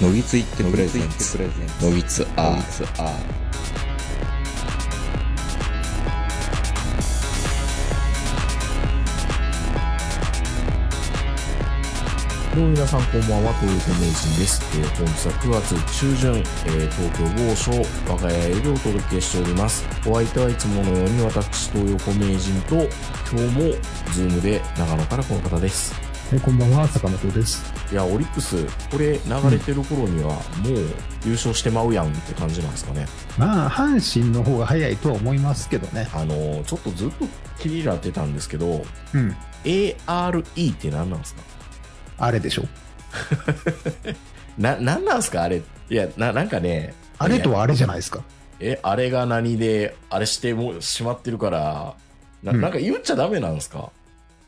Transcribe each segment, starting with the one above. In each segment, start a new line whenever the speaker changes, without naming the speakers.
のぎついってプレゼンツのぎつアーツアー
どうも皆さんこんばんは、東横名人です。えー、本日は9月中旬、えー東京某所、我が家よりお届けしております。お相手はいつものように私、東横名人と、今日も、ズームで長野からこの方です。
えこんばんは、坂本です。
いや、オリックス、これ流れてる頃には、もう優勝してまうやんって感じなんですかね。
まあ、阪神の方が早いとは思いますけどね。
あのー、ちょっとずっと気になってたんですけど、
うん。
ARE って何なんですか
あれでしょ。
な、何なんですかあれ。いや、な、なんかね、
あれとはあれじゃないですか。
え、あれが何で、あれしてもしまってるから、な
うん
なんか言っちゃダメなんですか、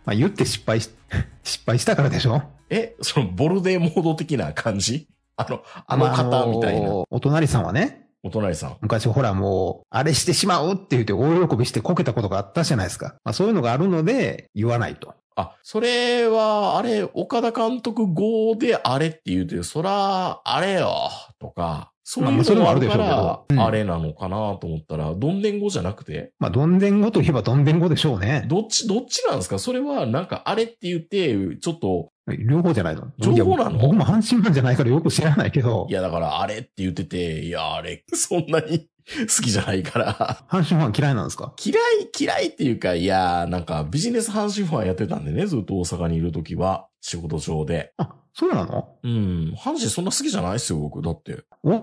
まあ、言って失敗し、 失敗したからでしょ。
え、そのボルデモード的な感じあの、あの
まあ
方みたいな。
お隣さんはね、
お隣さん。
昔ほらもう、あれしてしまおうって言って大喜びしてこけたことがあったじゃないですか。まあ、そういうのがあるので、言わないと。
あ、それは、あれ、岡田監督号であれって言うて、そら、あれよ、とか、そうい
まあ
う
それ
の
も
があ
ある
る
でしょ
か
うけど
ら、
うん
あれなのかなと思ったら、どんでん語じゃなくて、
まあ、どんでんごといえばどんでんごでしょうね。
どっち、どっちなんですかそれは、なんか、あれって言って、ちょっと、
両方じゃないの。
両方なの
いや僕も阪神なんじゃないからよく知らないけど
い、や、だから、あれって言ってて、いや、あれ、そんなに 好きじゃないから。
阪神ファン嫌いなんですか
嫌い、嫌いっていうか、いや、なんか、ビジネス阪神ファンやってたんでね、ずっと大阪にいるときは、仕事上で。
あ、そうなの
うん、阪神そんな好きじゃないですよ、僕。だって。
おお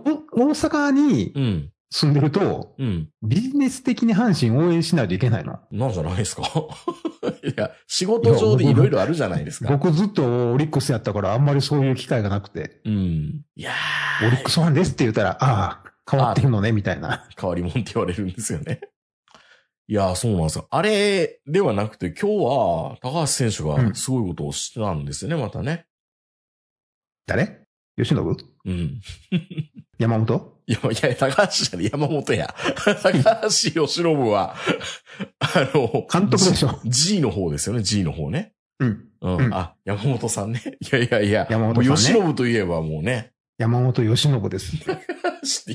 大阪に
うん、
住んでると、
うん。
ビジネス的に阪神応援しないといけないの。
なんじゃないですか いや、仕事上でいろいろあるじゃないですか。
僕ずっとオリックスやったからあんまりそういう機会がなくて、
うん。いや
オリック
ス
スファンですって言ったら、ああ、変わってるのね、みたいな。
変わりもんって言われるんですよね。 いやー、そうなんですよ。あれではなくて、今日は、高橋選手がすごいことをしてたんですよね、またね。
誰吉信
うん。
山本
いや、いや、高橋じゃねえ山本や。 高橋由伸は、 あの、
監督でしょ。
G の方ですよね、G の方ね。
うん。
うん。
うん
あ、山本さんね。いやいやいや、
山本さんね
もう由伸といえばもうね、
山本吉信です。
高橋って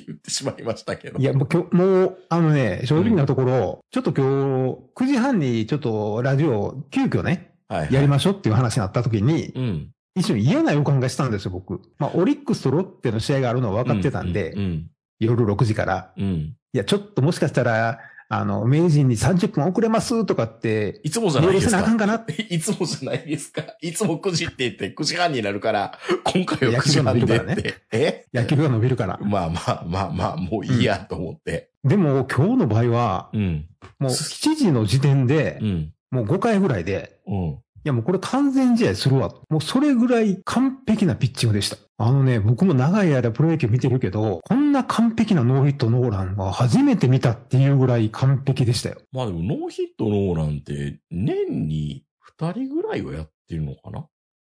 言ってしまいましたけど。
いや、もう今日、もう、あのね、正直なところ、ちょっと今日、9時半にちょっとラジオ、急遽ね、
はいはい
やりましょうっていう話になった時に、
うん。
一瞬嫌な予感がしたんですよ、僕。まあ、オリックスとロッテの試合があるのは分かってたんで、
うん。
夜6時から。
うん。うん
いや、ちょっともしかしたら、あの、名人に30分遅れますとかって、
いつもじゃな
メー
いで
ル
す
せなあかん
か。
かなって。
いつもじゃないですか。いつも9時って言って9時半になるから、今回は9
野球
時
部の
半で
ビル
っ
から
て。え
野球が伸びるから。
まあまあまあまあ、もういいやと思って。
でも、今日の場合は、
うん。
もう7時の時点で
う、ん。
もう5回ぐらいで、
うん。
いや、もうこれ完全試合するわ。もうそれぐらい完璧なピッチングでした。あのね、僕も長い間プロ野球見てるけど、こんな完璧なノーヒットノーランは初めて見たっていうぐらい完璧でしたよ。
まあでも、ノーヒットノーランって、年に2人ぐらいはやってるのかな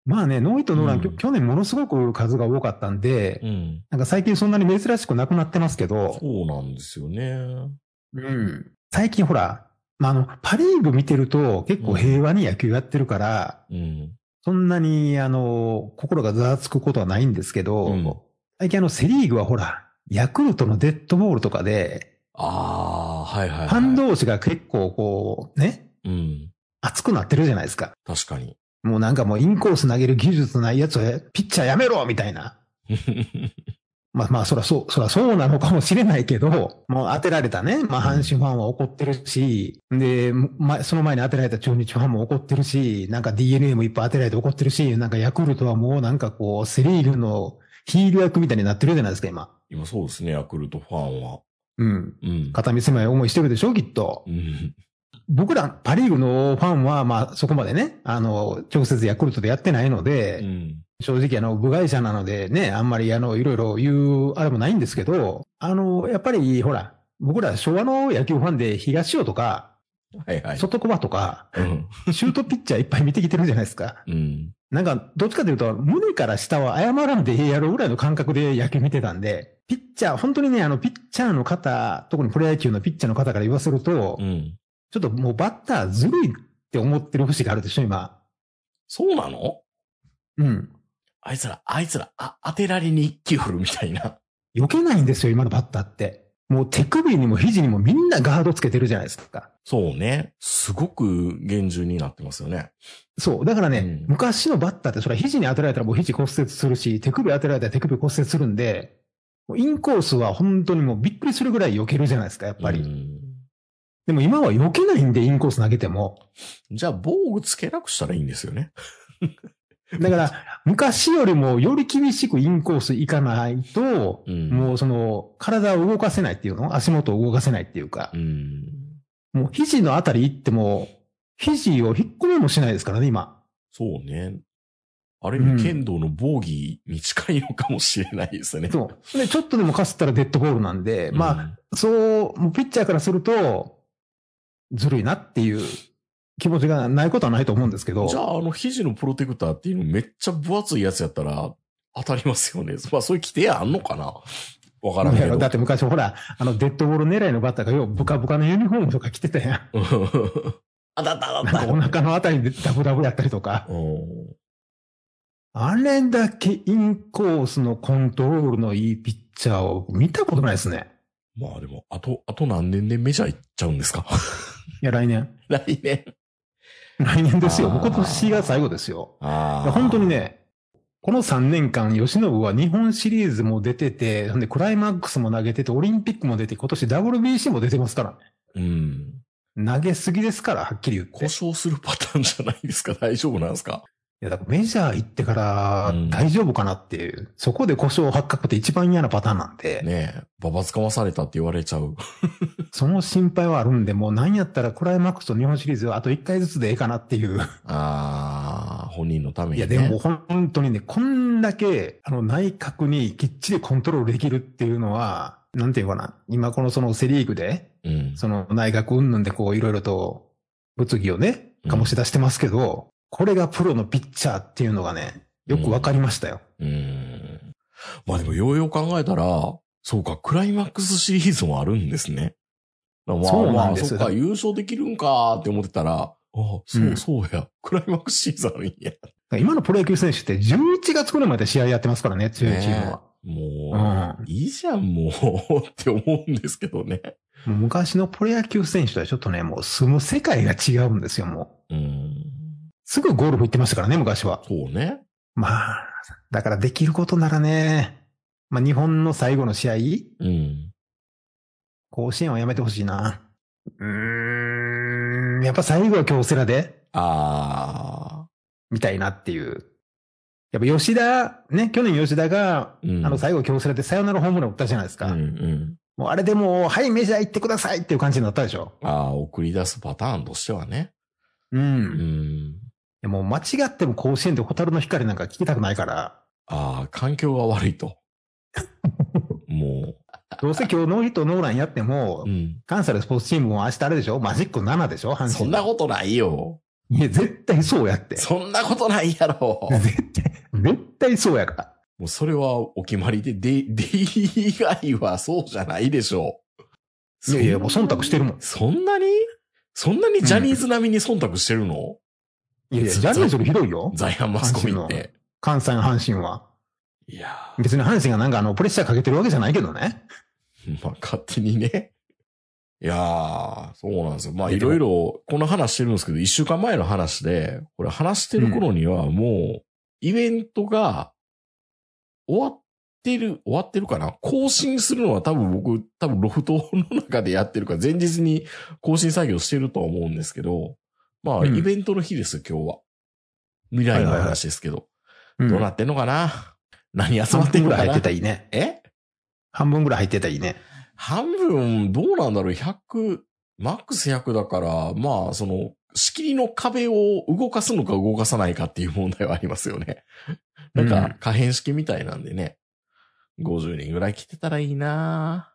まあね、ノーヒットノーラン、
うん
去年ものすごく数が多かったんで、
うん。
なんか最近そんなに珍しくなくなってますけど、
そうなんですよね。
うん。最近ほら、まあ、あの、パリーグ見てると結構平和に野球やってるから、
うん。
そんなに、あの、心がざわつくことはないんですけど、
うん
最近あの、セリーグはほら、ヤクルトのデッドボールとかで、
ああ、はいはい、はい。
ファン同士が結構こう、ね、
うん。
熱くなってるじゃないですか。
確かに。
もうなんかもうインコース投げる技術ないやつは、ピッチャーやめろみたいな。まあまあ、そらそう、そらそうなのかもしれないけど、もう当てられたね。まあ、阪神ファンは怒ってるし、で、ま、その前に当てられた中日ファンも怒ってるし、なんか DNA もいっぱい当てられて怒ってるし、なんかヤクルトはもうなんかこう、セリーグのヒール役みたいになってるじゃないですか、今。
今そうですね、ヤクルトファンは。
うん。
うん。
片身狭い思いしてるでしょ、きっと
う。ん。
僕ら、パリーグのファンは、まあ、そこまでね、あの、直接ヤクルトでやってないので、
うん。
正直あの、部外者なのでね、あんまりあの、いろいろ言う、あれもないんですけど、あの、やっぱり、ほら、僕ら昭和の野球ファンで東尾とか、
はいはい。
外コバとか、
うん。
シュートピッチャーいっぱい見てきてるじゃないですか。
うん。
なんか、どっちかというと、胸から下は謝らんでええやろぐらいの感覚で野球見てたんで、ピッチャー、本当にね、あの、ピッチャーの方、特にプロ野球のピッチャーの方から言わせると、
うん。
ちょっともうバッターずるいって思ってる節があるでしょ、今。
そうなの
うん。
あいつら、あいつら、あ、当てられに一気振るみたいな。
避けないんですよ、今のバッターって。もう手首にも肘にもみんなガードつけてるじゃないですか。
そうね。すごく厳重になってますよね。
そう。だからね、
うん
昔のバッターって、それは肘に当てられたらもう肘骨折するし、手首当てられたら手首骨折するんで、もうインコースは本当にもうびっくりするぐらい避けるじゃないですか、やっぱり。
うん
でも今は避けないんで、インコース投げても。
じゃあ防具つけなくしたらいいんですよね。
だから、昔よりもより厳しくインコース行かないと、
うん
もうその、体を動かせないっていうの足元を動かせないっていうか
う、ん。
もう肘のあたり行っても、肘を引っ込めもしないですからね、今。
そうね。ある
う
意
ん
味、剣道の防御に近いのかもしれないですね。
そう。で、ちょっとでもかすったらデッドボールなんで、
うん
まあ、そう、もうピッチャーからすると、ずるいなっていう気持ちがないことはないと思うんですけど、
じゃあ、あの、肘のプロテクターっていうのめっちゃ分厚いやつやったら当たりますよね。まあ、そういう規定あんのかなわからんけど。
だって昔ほら、あの、デッドボール狙いのバッターがようブカブカのユニフォームとか着て たやん。
うん当たった当
なんか
たった。
お腹のあたりでダブダブやったりとか。
うん
あれだけインコースのコントロールのいいピッチャーを見たことないですね。
まあでも、あと、あと何年でメジャー行っちゃうんですか
いや、来年。
来年。
来年です
あ
よ。
ー
もう今年が最後ですよ。
あ
本当に。ね、この3年間、吉信は日本シリーズも出てて、ほんでクライマックスも投げてて、オリンピックも出て、今年 WBC も出てますから
うん。
ね。投げすぎですから、はっきり言って。
故
い
障するパターンじゃないですか 大丈夫なんですか
や、だからメジャー行ってから
うん
大丈夫かなっていう、そこで故障発覚って一番嫌なパターンなんで、
ねえ、ババつかまされたって言われちゃう。
その心配はあるんで、もう何やったらクライマックスと日本シリーズはあと1回ずつでええかなっていう。
ああ、本人のために、ね。
いや、でも、本当にね、こんだけ、あの、内角にきっちりコントロールできるっていうのは、なんていうかな。今このそのセリーグで、
うん。
その内閣云々でこういろいろと物議をね、醸し出してますけど、これがプロのピッチャーっていうのがね、よくわかりましたよ。
うん。まあでも、ようよう考えたら、そうか、クライマックスシリーズもあるんですね。まあ
そうなんです
まあ、そ
よ
っか、優勝できるんかって思ってたら、あそうう、
ん
そうや。クライマックスシリーズあるんや。
今のプロ野球選手って11月頃まで試合やってますからね、強いチームは。
もう、いいじゃん、もう、って思うんですけどね。
もう昔のプロ野球選手とはちょっとね、もう住む世界が違うんですよ、もう。
うん。
すぐゴルフ行ってましたからね、昔は。
そうね。
まあ、だからできることならね、まあ日本の最後の試合、
うん。
甲子園はやめてほしいな。うーん、やっぱ最後は京セラで、
ああ。
みたいなっていう。やっぱ吉田、ね、去年吉田が、
うん
あの最後京セラでサヨナラホームラン打ったじゃないです
う
か。
んうん。
もうあれでもう、はい、メジャー行ってくださいっていう感じになったでしょ。
ああ、送り出すパターンとしてはね。
うん。
う
い
ん。
やもう間違っても甲子園で蛍の光なんか聞きたくないから、
ああ、環境が悪い と。も
どうせ今日ノーヒットノーランやっても
う、う、ん。
関西のスポーツチームも明日あれでしょマジック7でしょ阪神。
そんなことないよ。
いや、絶対そうやって。
そんなことないや ろ。
絶対、絶対そうやから。
もうそれはお決まりで、で、で以外はそうじゃないでしょう。
いやいや、もう忖度してるもん。
そんなにそんなにジャニーズ並みに忖度してるの、
いやいや、ジャニーズよりひどいよ。
ザイアンマスコミって。
関西の阪神は。
いや
別に阪神がなんかあの、プレッシャーかけてるわけじゃないけどね。
ー、まあ勝手にね。いやー、そうなんですよ。まあ
いや
い
でも
ろいろ、この話してるんですけど、一週間前の話で、これ話してる頃にはもう、イベントが終わってる、終わってるかな更新するのは多分僕、多分ロフトの中でやってるから、前日に更新作業してるとは思うんですけど、まあ
うん
イベントの日ですよ、今日は。未来の話ですけど。
うん
どうなってんのかな何集ま
半
って
分
んの
ぐら
か
い入っ
な
てたらいいね。
え
半分ぐらい入ってたらいいね。
半分、どうなんだろう ?100、マックス100だから、まあ、その、仕切りの壁を動かすのか動かさないかっていう問題はありますよね。なん
うん
か、可変式みたいなんでね。50人ぐらい来てたらいいな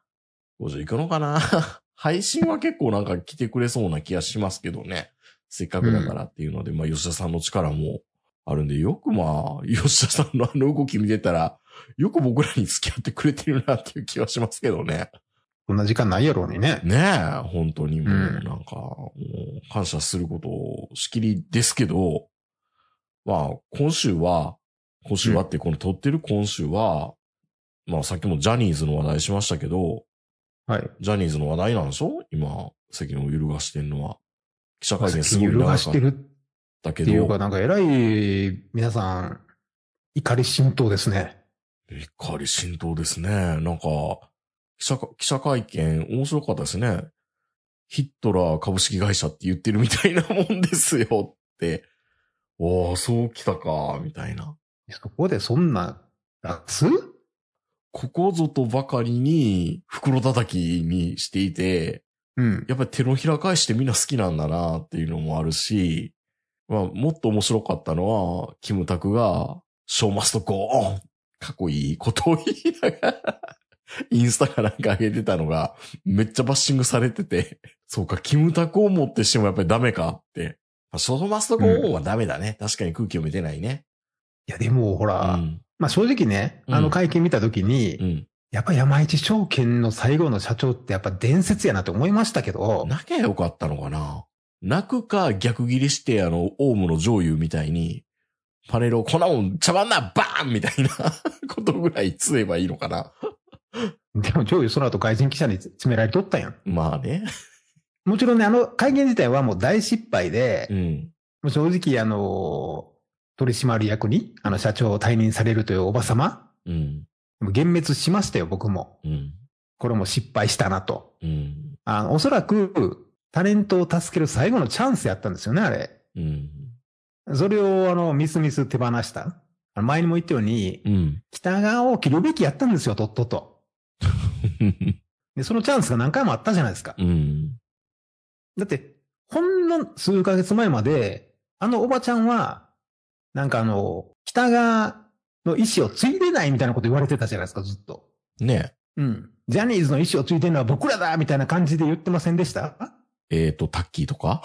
50いくのかな 配信は結構なんか来てくれそうな気がしますけどね。せっかくだからっていうので、まあ、吉田さんの力もあるんで、よくまあ、 吉田さんのあの動き見てたら、よく僕らに付き合ってくれてるなっていう気はしますけどね。
こんな時間ないやろうにね。
ねえ、本当にもう、
うん
なんか、もう感謝することしきりですけど、まあ、今週は、今週はって、この撮ってる今週は、まあさっきもジャニーズの話題しましたけど、
はい。
ジャニーズの話題なんでしょ今、責任を揺るがしてんのは。記者会見すごい
揺
長
る
か
が
っ
してるった
け
ていう
ど
か、、なんか偉い皆さん、怒り浸透ですね。
怒り浸透ですね。なんか、記者か記者会見面白かったですね。ヒットラー株式会社って言ってるみたいなもんですよって。おー、そう来たか、みたいな。
そこでそんな、す
ここぞとばかりに袋叩きにしていて、
うん。
やっぱり手のひら返してみんな好きなんだなっていうのもあるし、まあ、もっと面白かったのは、キムタクが、ショーマストゴーンかっこいいことを言いながら、 インスタかなんか上げてたのが、めっちゃバッシングされてて、そうか、キムタクを持ってしてもやっぱりダメかって。まあショーマストゴーンはダメだね。確かに空気読めてないね。
いや、でも、ほ
う
ら、
ん。
まあ正直ね、あ
うん
の会見見たときに、
うん。
やっぱ山一証券の最後の社長ってやっぱ伝説やなって思いましたけど、
泣きゃよかったのかな泣くか逆ギレして、あの、オウムの上優みたいに、パネルをこんなもん茶番なバーンみたいな ことぐらいつえばいいのかな
でも上位その後外人記者に詰められとったやん。
まあね。
もちろんね、あの会見自体はもう大失敗で
う、ん。
もう正直あの、取締役に、あの社長を退任されるというおばさま、
うん。
もう幻滅しましたよ、僕も。
うん。
これも失敗したなと。
うん。
あの、おそらく、タレントを助ける最後のチャンスやったんですよね、あれ。
うん。
それを、あの、みすみす手放した。あの前にも言ったように、
うん。
北側を切るべきやったんですよ、とっとと。で、そのチャンスが何回もあったじゃないですか。
うん。
だって、ほんの数ヶ月前まで、あのおばちゃんは、なんかあの、北側の意思を継いでないみたいなこと言われてたじゃないですか、ずっと。
ね
うん。ジャニーズの意思を継いでるのは僕らだみたいな感じで言ってませんで した
え。えっ、と、タッキーとか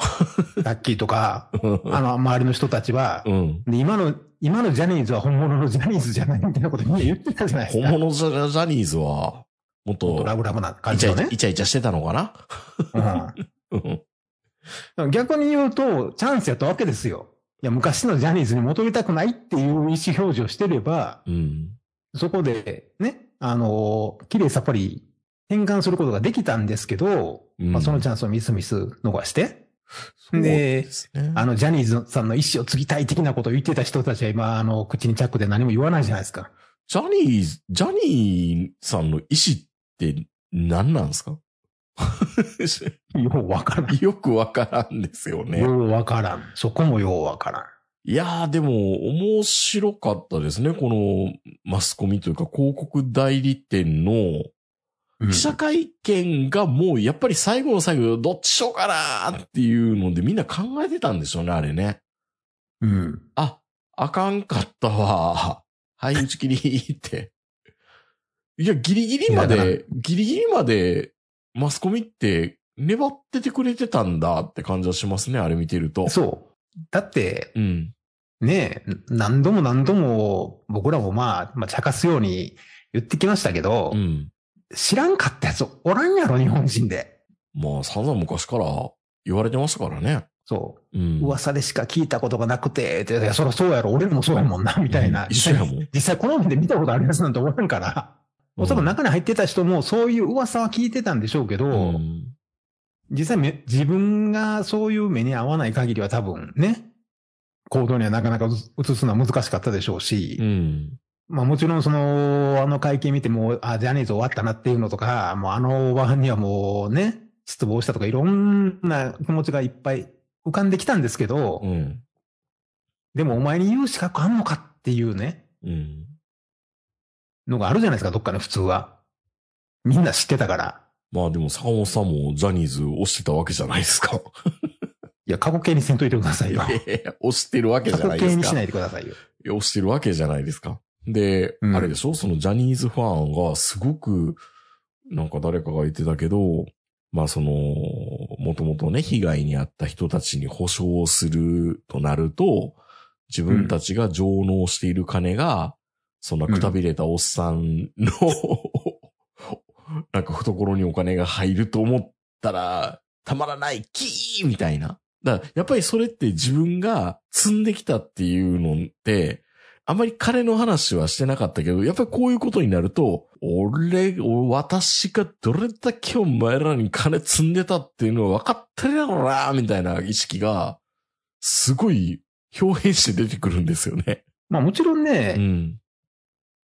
タッキーとか、
う
あの、周りの人たちは、
ん。
で今の、今のジャニーズは本物のジャニーズじゃないみたいなことみんな言ってたじゃないです
本
か。
物ジャジャニーズは、もっと、
ラブラブな感
イチ
じの
ャイチャ
ね
イ。チャイチャしてたのかな
う
うん
ん逆に言うと、チャンスやったわけですよ。いや、昔のジャニーズに戻りたくないっていう意思表示をしてれば、
うん。
そこでね、あのー綺麗さっぱり変換することができたんですけど、
うん
まあ、そのチャンスをミスミス逃して、
そう
で
ですね。
あの、ジャニーズさんの意思を継ぎたい的なことを言ってた人たちは今、あの、口にチャックで何も言わないじゃないですか。
ジャニー、ジャニーさんの意思って何なんですか
ようわからん。
よくわからんですよね。
ようわからん。そこもようわからん。
いやーでも面白かったですね。このマスコミというか広告代理店の
うん
記者会見がもうやっぱり最後の最後どっちしようかなーっていうのでみんな考えてたんでしょうね、あれね。
うん。
あ、あかんかったわ。はい、打ち切りって。いや、ギリギリま
いやだ
で、ギリギリまで、マスコミって粘っててくれてたんだって感じはしますね、あれ見てると。
そう。だって、
うん。
ねえ、何度も何度も僕らもまあ、まあ、茶化すように言ってきましたけど、
うん。
知らんかったやつおらんやろ、日本人で。
まあ、散々昔から言われてましたからね。
そうう。
ん。
噂でしか聞いたことがなくて、っていや、そらそうやろ、俺らもそうやもんな、みたいな。
うん一緒やもん。
実際この目で見たことあるやつなんておらんから、おそらく
な
中に入ってた人もそういう噂は聞いてたんでしょうけど、
うん。
実際め自分がそういう目に合わない限りは多分ね、行動にはなかなか移すのは難しかったでしょうし、
うん。
まあもちろんその、あの会見見てもう、あ、ジャニーズ終わったなっていうのとか、もうあのおばはんにはもうね、失望したとかいろんな気持ちがいっぱい浮かんできたんですけど、
うん。
でもお前に言う資格あんのかっていうね、
うん。
のがあるじゃないですか、どっかの普通は。みんな知ってたから。
まあでも、坂本さんもジャニーズ押してたわけじゃないですか。
いや、過去形にせんといてください
い
よ
や。いやいや押してるわけじ
過
ゃ
去
ないですか。
形にしないでくださいよ。
押してるわけじゃないですか。で、
うん
あれでしょそのジャニーズファンがすごく、なんか誰かが言ってたけど、まあその、もともとね、被害に遭った人たちに保証をするとなると、自分たちが上納している金が、そんなくたびれたおっさんの、なんか懐にお金が入ると思ったら、たまらない、キーみたいな。だからやっぱりそれって自分が積んできたっていうのって、あまり彼の話はしてなかったけど、やっぱりこういうことになると、俺、俺私がどれだけお前らに金積んでたっていうのは分かってるやろな、みたいな意識が、すごい表現して出てくるんですよね。
まあもちろん
う
ね、
ん。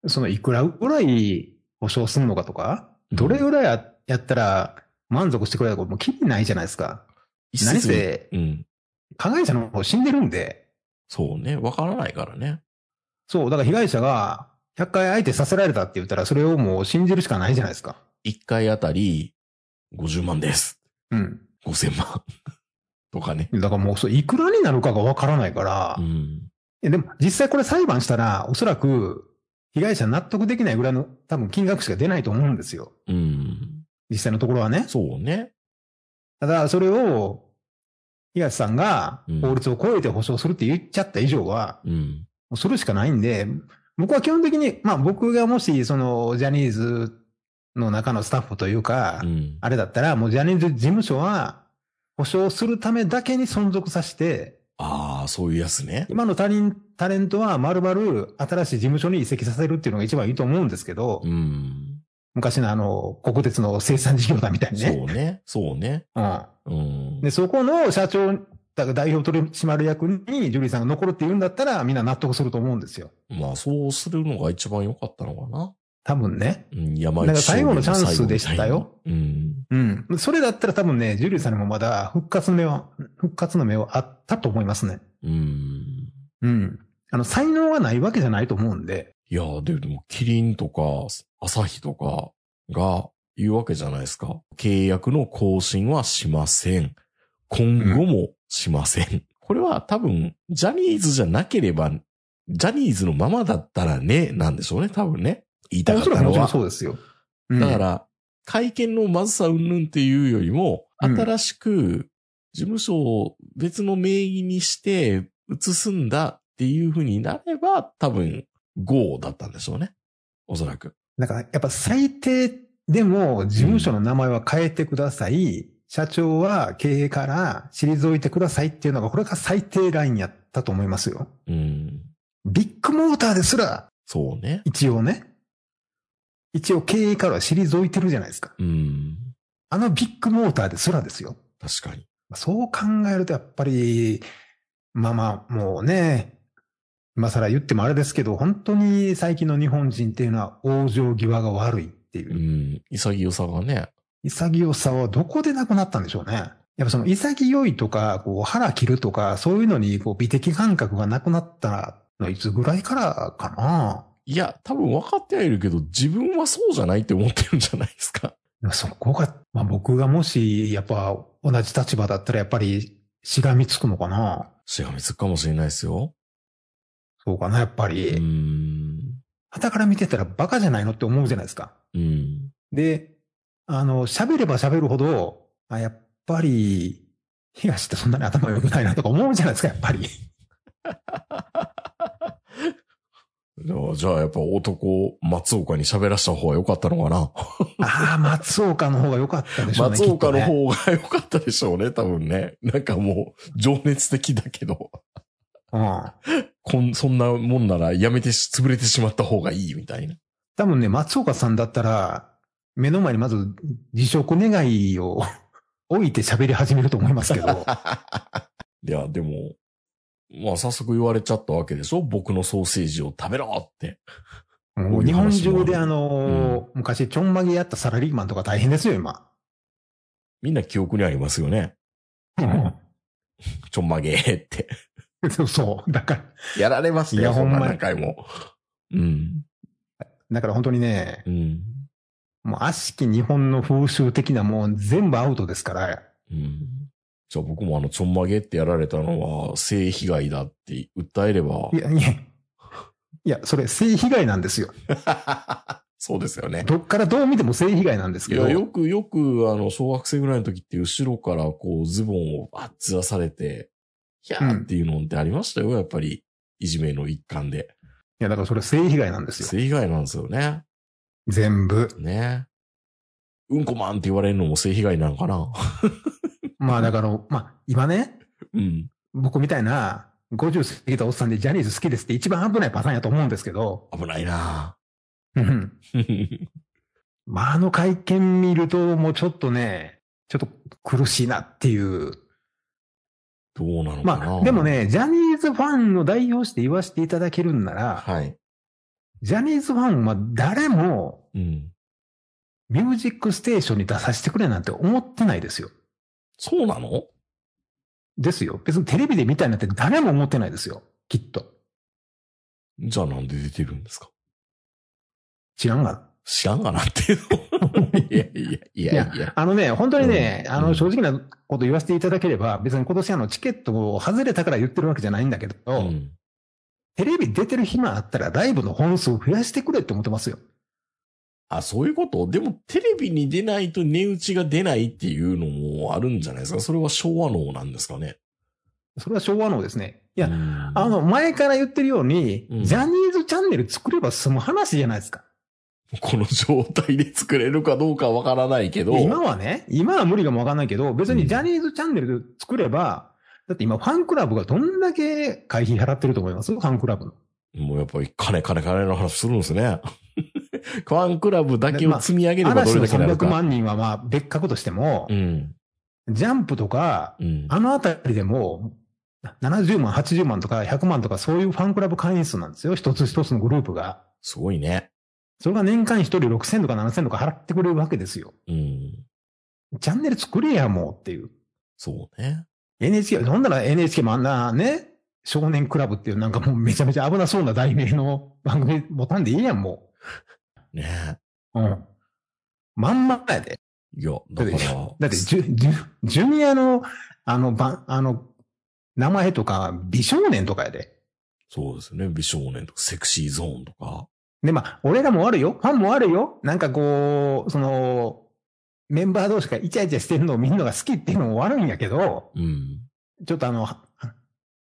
そのいくらぐらい保証するのかとか、どれぐらいややったら満足してくれるかもう気にないじゃないですか。
一
何
説に
せ、
うん。
加害者の方死んでるんで、
そうね。分からないからね。
そう、だから被害者が100回相手させられたって言ったら、それをもう信じるしかないじゃないですか。
一回あたり、50万です。
うん。
5000万。 とかね。
だからもう、そういくらになるかがわからないから、
う
い
ん。
やでも実際これ裁判したら、おそらく被害者納得できないぐらいの多分金額しか出ないと思うんですよ。
うん。
実際のところはね。
そうね。
ただ、それを、東さんが
うん
法律を超えて保障するって言っちゃった以上は、
うん。
もうそれしかないんで、僕は基本的に、まあ僕がもし、その、ジャニーズの中のスタッフというか
う、ん。
あれだったら、もうジャニーズ事務所は、保証するためだけに存続させて、
ああ、そういうやつね。
今の他人、タレントは丸々新しい事務所に移籍させるっていうのが一番いいと思うんですけど、
うん。
昔のあの、国鉄の生産事業団みたいに
そう
ね。
ね。そうね。
うん。
うん。
で、そこの社長、だから代表取締役にジュリーさんが残るって言うんだったら、みんな納得すると思うんですよ。
まあ、そうするのが一番良かったのかな。
多分ね。
うん、山
だから最後のチャンスでしたよ
最後みたいな。うん。
うん。それだったら多分ね、ジュリーさんにもまだ復活の目は、復活の目はあったと思いますね。
うん。
うん。あの、才能がないわけじゃないと思うんで。
いやー、ででも、キリンとか、朝日とかが言うわけじゃないですか。契約の更新はしません。今後もしません。これは多分、ジャニーズじゃなければ、ジャニーズのままだったらね、なんでしょうね、多分ね。言いたかっ
もちろ
た
ん、
の
もちろん
は。
そうですよ。うん
だか、ら、会見のまずさうんぬんっていうよりも、
うん
新しく事務所を別の名義にして移すんだっていうふうになれば、多分、GO だったんでしょうね。おそらく。
だから、やっぱ最低でも事務所の名前は変えてください。社長は経営から退いてくださいっていうのが、これが最低ラインやったと思いますよ。
うん。
ビッグモーターですら、
そうね。
一応ね。一応経営からは退いてるじゃないですか。
うん。
あのビッグモーターですらですよ。
確かに。
そう考えるとやっぱり、まあまあ、もうね、今更言ってもあれですけど、本当に最近の日本人っていうのは往生際が悪いっていうう、
ん。潔さがね。
潔さはどこでなくなったんでしょうね。やっぱその潔いとか、こう腹切るとか、そういうのにこう美的感覚がなくなったのいつぐらいからかない
や、多分分かってはいるけど、自分はそうじゃないって思ってるんじゃないですか。
でもそこが、まあ僕がもし、やっぱ同じ立場だったらやっぱりしがみつくのかな
しがみつくかもしれないですよ。
そうかな、やっぱり。
うん。
傍から見てたらバカじゃないのって思うじゃないですか。
うん。
で、あの、喋れば喋るほど、あ、やっぱり、東ってそんなに頭良くないなとか思うじゃないですか、やっぱり。
でもじゃあやっぱ男、松岡に喋らした方が良かったのかな、
ああ、松岡の方が良かったでしょうね。
松岡の
きっとね
方が良かったでしょうね、多分ね。なんかもう、情熱的だけど、
うん。
こん、そんなもんならやめてし、潰れてしまった方がいいみたいな。
多分ね、松岡さんだったら、目の前にまず辞職願いを 置いて喋り始めると思います けど。
いや、でも、まあ早速言われちゃったわけでしょ僕のソーセージを食べろって。
もう日本中であのー昔ちょんまげやったサラリーマンとか大変ですよ、今。
みんな記憶にありますよね。ちょんまげーって。
そう そう。だから、
やられます
い
よ、
や
ほん
ほ
ま
んまに
何回も。うん。
だから本当にね
う、ん。
もう悪しき日本の風習的なもう全部アウトですから、
うん。じゃあ僕もあの、ちょんまげってやられたのは、性被害だって訴えれば
い。や、いや、いや、それ性被害なんですよ。
そうですよね。
どっからどう見ても性被害なんです
い
けど
や、、よくよく、あの、小学生ぐらいの時って、後ろからこう、ズボンをあっずらされて、ひゃーっていうのってありましたよ、やっぱり。いじめの一環で。
いや、だからそれ性被害なんですよ。
性被害なんですよね。
全部。
ね。うんこマンって言われるのも性被害な のかな
まあだから、まあ今ね、
うん。
僕みたいな、 50過ぎたおっさんでジャニーズ好きですって一番危ないパターンやと思うんですけど、
危ない な
うんまあ、あの会見見ると、もうちょっとね、ちょっと苦しいなっていう。
どうなのかな、
まあ、でも。ね、ジャニーズファンの代表して言わせていただけるんなら、
はい。
ジャニーズファンは誰も
うん。
ミュージックステーションに出させてくれなんて思ってないですよ。
そうなの
ですよ。別にテレビで見たいなんて誰も思ってないですよ。きっと。
じゃあなんで出てるんですか
知らんがな。
知らんがなっていうの。いやいやいやいや。
あのね、本当にね、
うん
あ
う
の、
ん
正直なこと言わせていただければ、別に今年あの、チケットを外れたから言ってるわけじゃないんだけど、
うん。
テレビ出てる暇あったらライブの本数を増やしてくれって思ってますよ。
あ、そういうことでも、テレビに出ないと値打ちが出ないっていうのもあるんじゃないですかそれは昭和能なんですかね
それは昭和のですね。
い
いや、あ、の、前から言ってるように、
うん
ジャニーズチャンネル作れば済む話じゃないですか。
この状態で作れるかどうかわからないけど。
今はね、今は無理かもわかんないけど、別にジャニーズチャンネル作れば、だって今ファンクラブがどんだけ会費払ってると思いますファンクラブの。
もうやっぱり金金金の話するんですね。 ファンクラブだけを積み上げればど
嵐
れ
の
だけなるか。
300万人はまあ別格としても
う、ん。
ジャンプとか、
うん。
あのあたりでも、70万、80万とか100万とかそういうファンクラブ会員数なんですよ。一つ一つのグループが。
すごいね。
それが年間一人6000とか7000とか払ってくれるわけですよ。
うん。
チャンネル作れや、もうっていう。
そうね。
NHK、ほんなら NHK もあんなね、少年クラブっていうなんかもうめちゃめちゃ危なそうな題名の番組ボタンでいいやん、も
ね
う。うん。まんまやで。
いや、だから。
だってジュ、ジュ、ジュニアの、あの、ば、あの、名前とか、美少年とかやで。
そうですね。美少年とか、セクシーゾーンとか。
で、まあ、俺らも悪いよ。ファンも悪いよ。なんかこう、その、メンバー同士がイチャイチャしてるのを見るのが好きっていうのも悪いんやけど、
うん。
ちょっとあの、は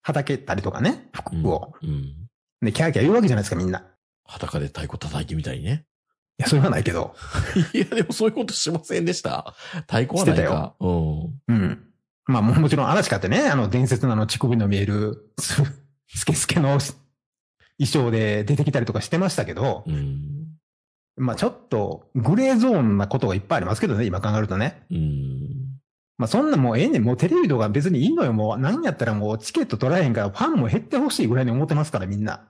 はたけたりとかね、
うん
服を。。
うん。
で、キャーキャー言うわけじゃないですか、みんな。い
裸で太鼓叩いてみたいね。
や、それはないけど。
いや、でもそういうことしませんでした。太鼓はない
してた
か
よ。
うん。
うん。まあ、ももちろん嵐かってね、あの、伝説のあの、乳首の見える、すスケスケの衣装で出てきたりとかしてましたけど、
うん。
まあ、ちょっと、グレーゾーンなことがいっぱいありますけどね、今考えるとね。
うん。
まあそんなもうええねん。もうテレビとか別にいいのよ。もう何やったらもうチケット取られへんからファンも減ってほしいぐらいに思ってますからみんな。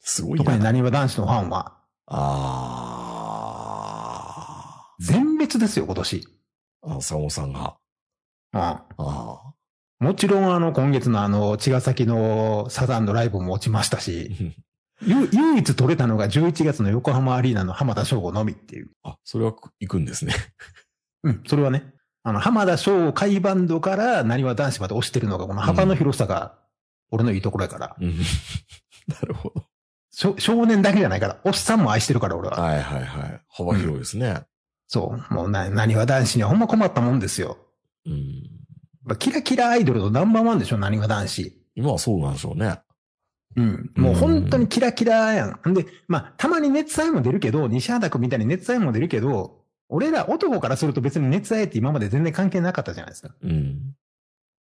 すごい
特に
な。
なにわ男子のファンは。
あ
全滅ですよ、今年。
ー。あ、坂本さんが。
うん。
ああ。
もちろんあの今月のあの、茅ヶ崎のサザンのライブも落ちましたし、ゆ唯一取れたのが11月の横浜アリーナの浜田省吾のみっていう。
あ、それはく行くんですね。
うん、それはね。あの、浜田省吾会バンドからなにわ男子まで押してるのがこの幅の広さが俺のいいところやから。
うん。 なるほど。
しょ少年だけじゃないから、おっさんも愛してるから俺は。
はいはいはい。幅広いですね。
そう。もうな、なにわ男子にはほんま困ったもんですよ。
うん。
まあキラキラアイドルのナンバーワンでしょ、なにわ男子。
今はそうなんでしょうね。
うん。もう本当にキラキラやん。んで、まあ、たまに熱愛も出るけど、西畑君みたいに熱愛も出るけど、俺ら男からすると別に熱愛って今まで全然関係なかったじゃないですか。
うん。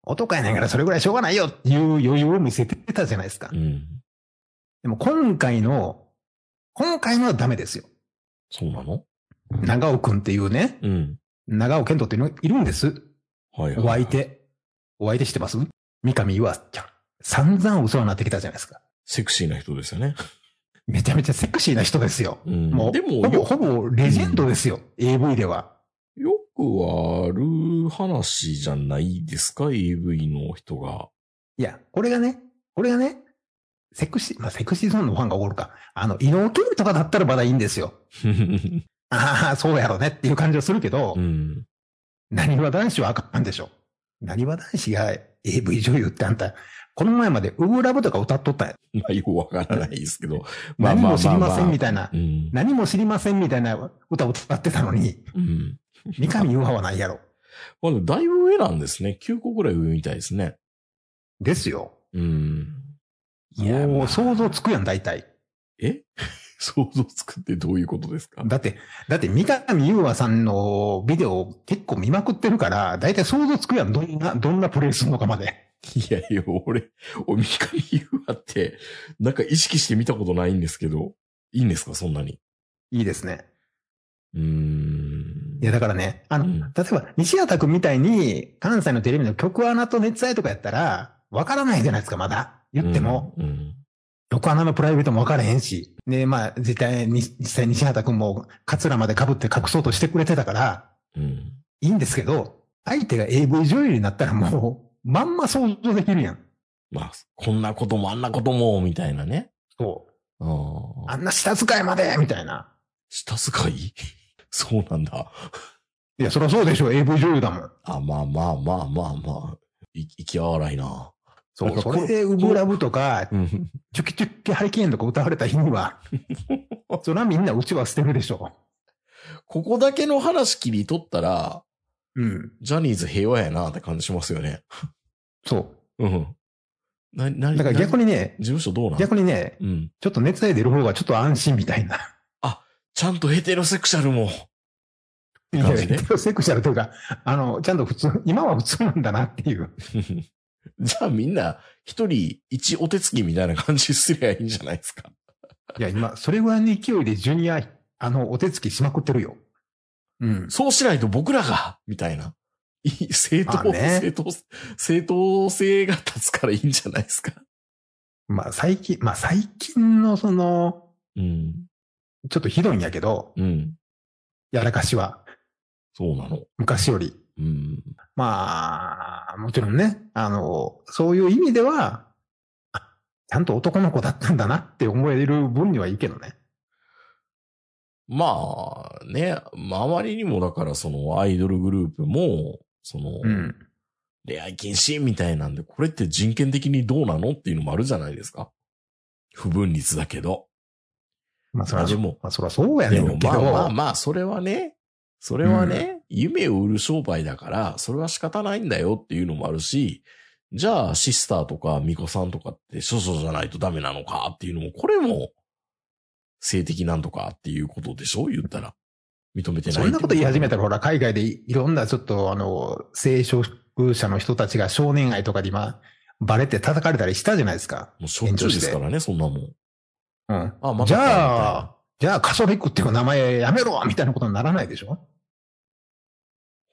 男やねんからそれぐらいしょうがないよっていう余裕を見せてたじゃないですか
う。ん。
でも今回の、今回のはダメですよ。
そうなの
長尾くんっていうね、
うん。
長尾健人っていうのいるんです。
はいはい。
お相。手。お相手してます三上岩ちゃん。散々お世話になってきたじゃないですか。
セクシーな人ですよね。
めちゃめちゃセクシーな人ですよ。
うん。
もう、
で
ほ
も
ぼ、
よ、
ほぼレジェンドですよ。AV では。
よくある話じゃないですか ?AV の人 が。
いや、これがね、これがね、セクシー、まあ、セクシーゾーンのファンがおるか。あの、伊能健とかだったらまだいいんですよ。
う
ああ、そうやろねっていう感じはするけど、
ん。
なにわ男子はあかんでしょ。なにわ男子が AV 女優ってあんた、この前までウーラブとか歌っとったんや。
まあ、よくわからないですけど。
何も知りませんみ
た
たいな
う。ん。
何も知りませんみたいな歌を歌ってたのに、
うん。
三上優愛はないやろ。
まあ、でもだいぶ上なんですね。9個ぐらい上みたいですね。
ですよ。
うん。いやま
も
あ
う想像つくやん、大体。
え 想像つくってどういうことですか
だって、だって三上優愛さんのビデオ結構見まくってるから、大体想像つくやん、どんな、どんなプレイするのかまで。
いやいや、俺、お三上優馬って、なんか意識して見たことないんですけど、いいんですか、そんなに。
いいですね。
うーん
い。や、だからね、あの、
うん
例えば、西畑君みたいに、関西のテレビの局アナと熱愛とかやったら、わからないじゃないですか、まだ。言っても、
うん。うん
局アナのプライベートもわからへんし。で、まあ、絶対に、実際西畑君も、カツラまで被って隠そうとしてくれてたから、
うん。
いいんですけど、相手が AV 女優になったらもう、まんま想像できるやん。
まあ、こんなこともあんなことも、みたいなね。
そう。
あ
あ
あ。
んな下遣いまでみたいな。
下遣い そうなんだ。
いや、そりゃそうでしょ、AV 女優だもん。
あ、まあまあまあまあまあ。い、行き荒いな。
そ
なん
う、
かこ
そ
う
れでウブラブとか、
うん。
チュキチュキハリケーンとか歌われた日には、そりゃみんなうちは捨てるでしょ。
ここだけの話切り取ったら、
うん。
ジャニーズ平和やなって感じしますよね。
そ
うん。な、な
う。だから逆
に、
にね、
事務所どうなん
逆にね、
うん。
ちょっと熱愛出る方がちょっと安心みたい な。
ちゃんとヘテロセクシャルも。
い
感
や、
じね
ヘテロセクシャルというか、あの、ちゃんと普通、今は普通なんだなっていう。
じゃあみんな、一人一お手つきみたいな感じすりゃいいんじゃないですか。
いや、今、それぐらいの勢いでジュニア、あの、お手つきしまくってるよ。うん。
そうしないと僕らが、 みたいな。いい正当、
まあね
正当、正当性が立つからいいんじゃないですか。
まあ、最近、まあ、最近のその、
うん。
ちょっとひどいんやけど、
うん。
やらかしは、
そうなの。
昔より。
うん。
まあ、もちろんね、あの、そういう意味では、あちゃんと男の子だったんだなって思える分にはいいけどね。
まあ、ね、周りにもだからそのアイドルグループも、その、
うん。
恋愛禁止みたいなんで、これって人権的にどうなのっていうのもあるじゃないですか。不分律だけど。
まあ、そ
ま
ら
あ、でも、
まあ、そらそうやね
で
ん
も
け
まあ
ど、
まあまあ、それはね、それはね、夢を売る商売だから、それは仕方ないんだよっていうのもあるし、じゃあシスターとかミコさんとかって諸々じゃないとダメなのかっていうのも、これも性的なんとかっていうことでしょ言ったら。認めてない
そんなこと言い始め
た。
たら、ほら、海外でいいろんなちょっと、あの、性少数者の人たちが少年愛とかで今、バレて叩かれたりしたじゃないですか。
もうしょっちゅうですからね、そんなもん。
うん。
あ、また
じ
来たみたい
ゃ
な
あ、じゃあ、カソリックっていう名前やめろみたいなことにならないでしょ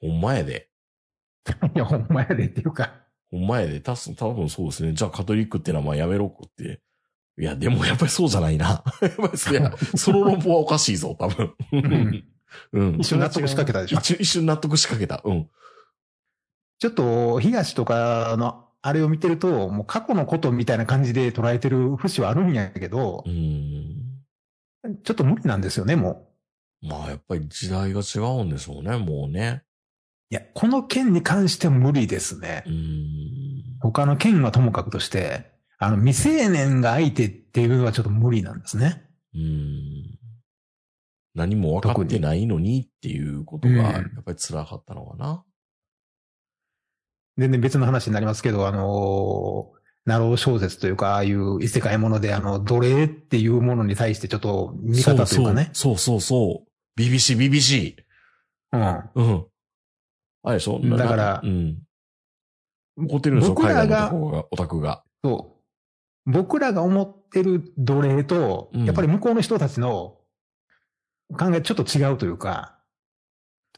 ほんまやで。
いや、ほんまやでっていうか。
ほんまやで。たす、多分そうですね。じゃあカトリックって名前やめろって。いや、でもやっぱりそうじゃないな。 やっぱりそりゃ、その論法はおかしいぞ、多分。
ん
うん。
一緒に納得しかけたでしょ
一瞬一瞬納得しかけた。うん。
ちょっと、東とかの、あれを見てると、もう過去のことみたいな感じで捉えてる節はあるんやけど
う、ん。
ちょっと無理なんですよね、も
まあ、やっぱり時代が違うんでしょうね、もうね。
う。いや、この件に関しては無理ですね
う。ん。
他の件はともかくとして、あの、未成年が相手っていうのはちょっと無理なんですね。
うん。何も分かってないのにっていうことが、
うん
やっぱり辛かったのかな。
全然別の話になりますけど、あのー、ナロー小説というか、ああいう異世界もので、あの、奴隷っていうものに対してちょっと見方というかね。
そうそうそうそう。ビビしい、ビビしい。うん。あれでしょな
だから
うん。怒ってるんですよ、
僕
海
ら
外
が
の男が、オタクが。
うん。そう。僕らが思ってる奴隷と、
うん
やっぱり向こうの人たちの考えちょっと違うというか、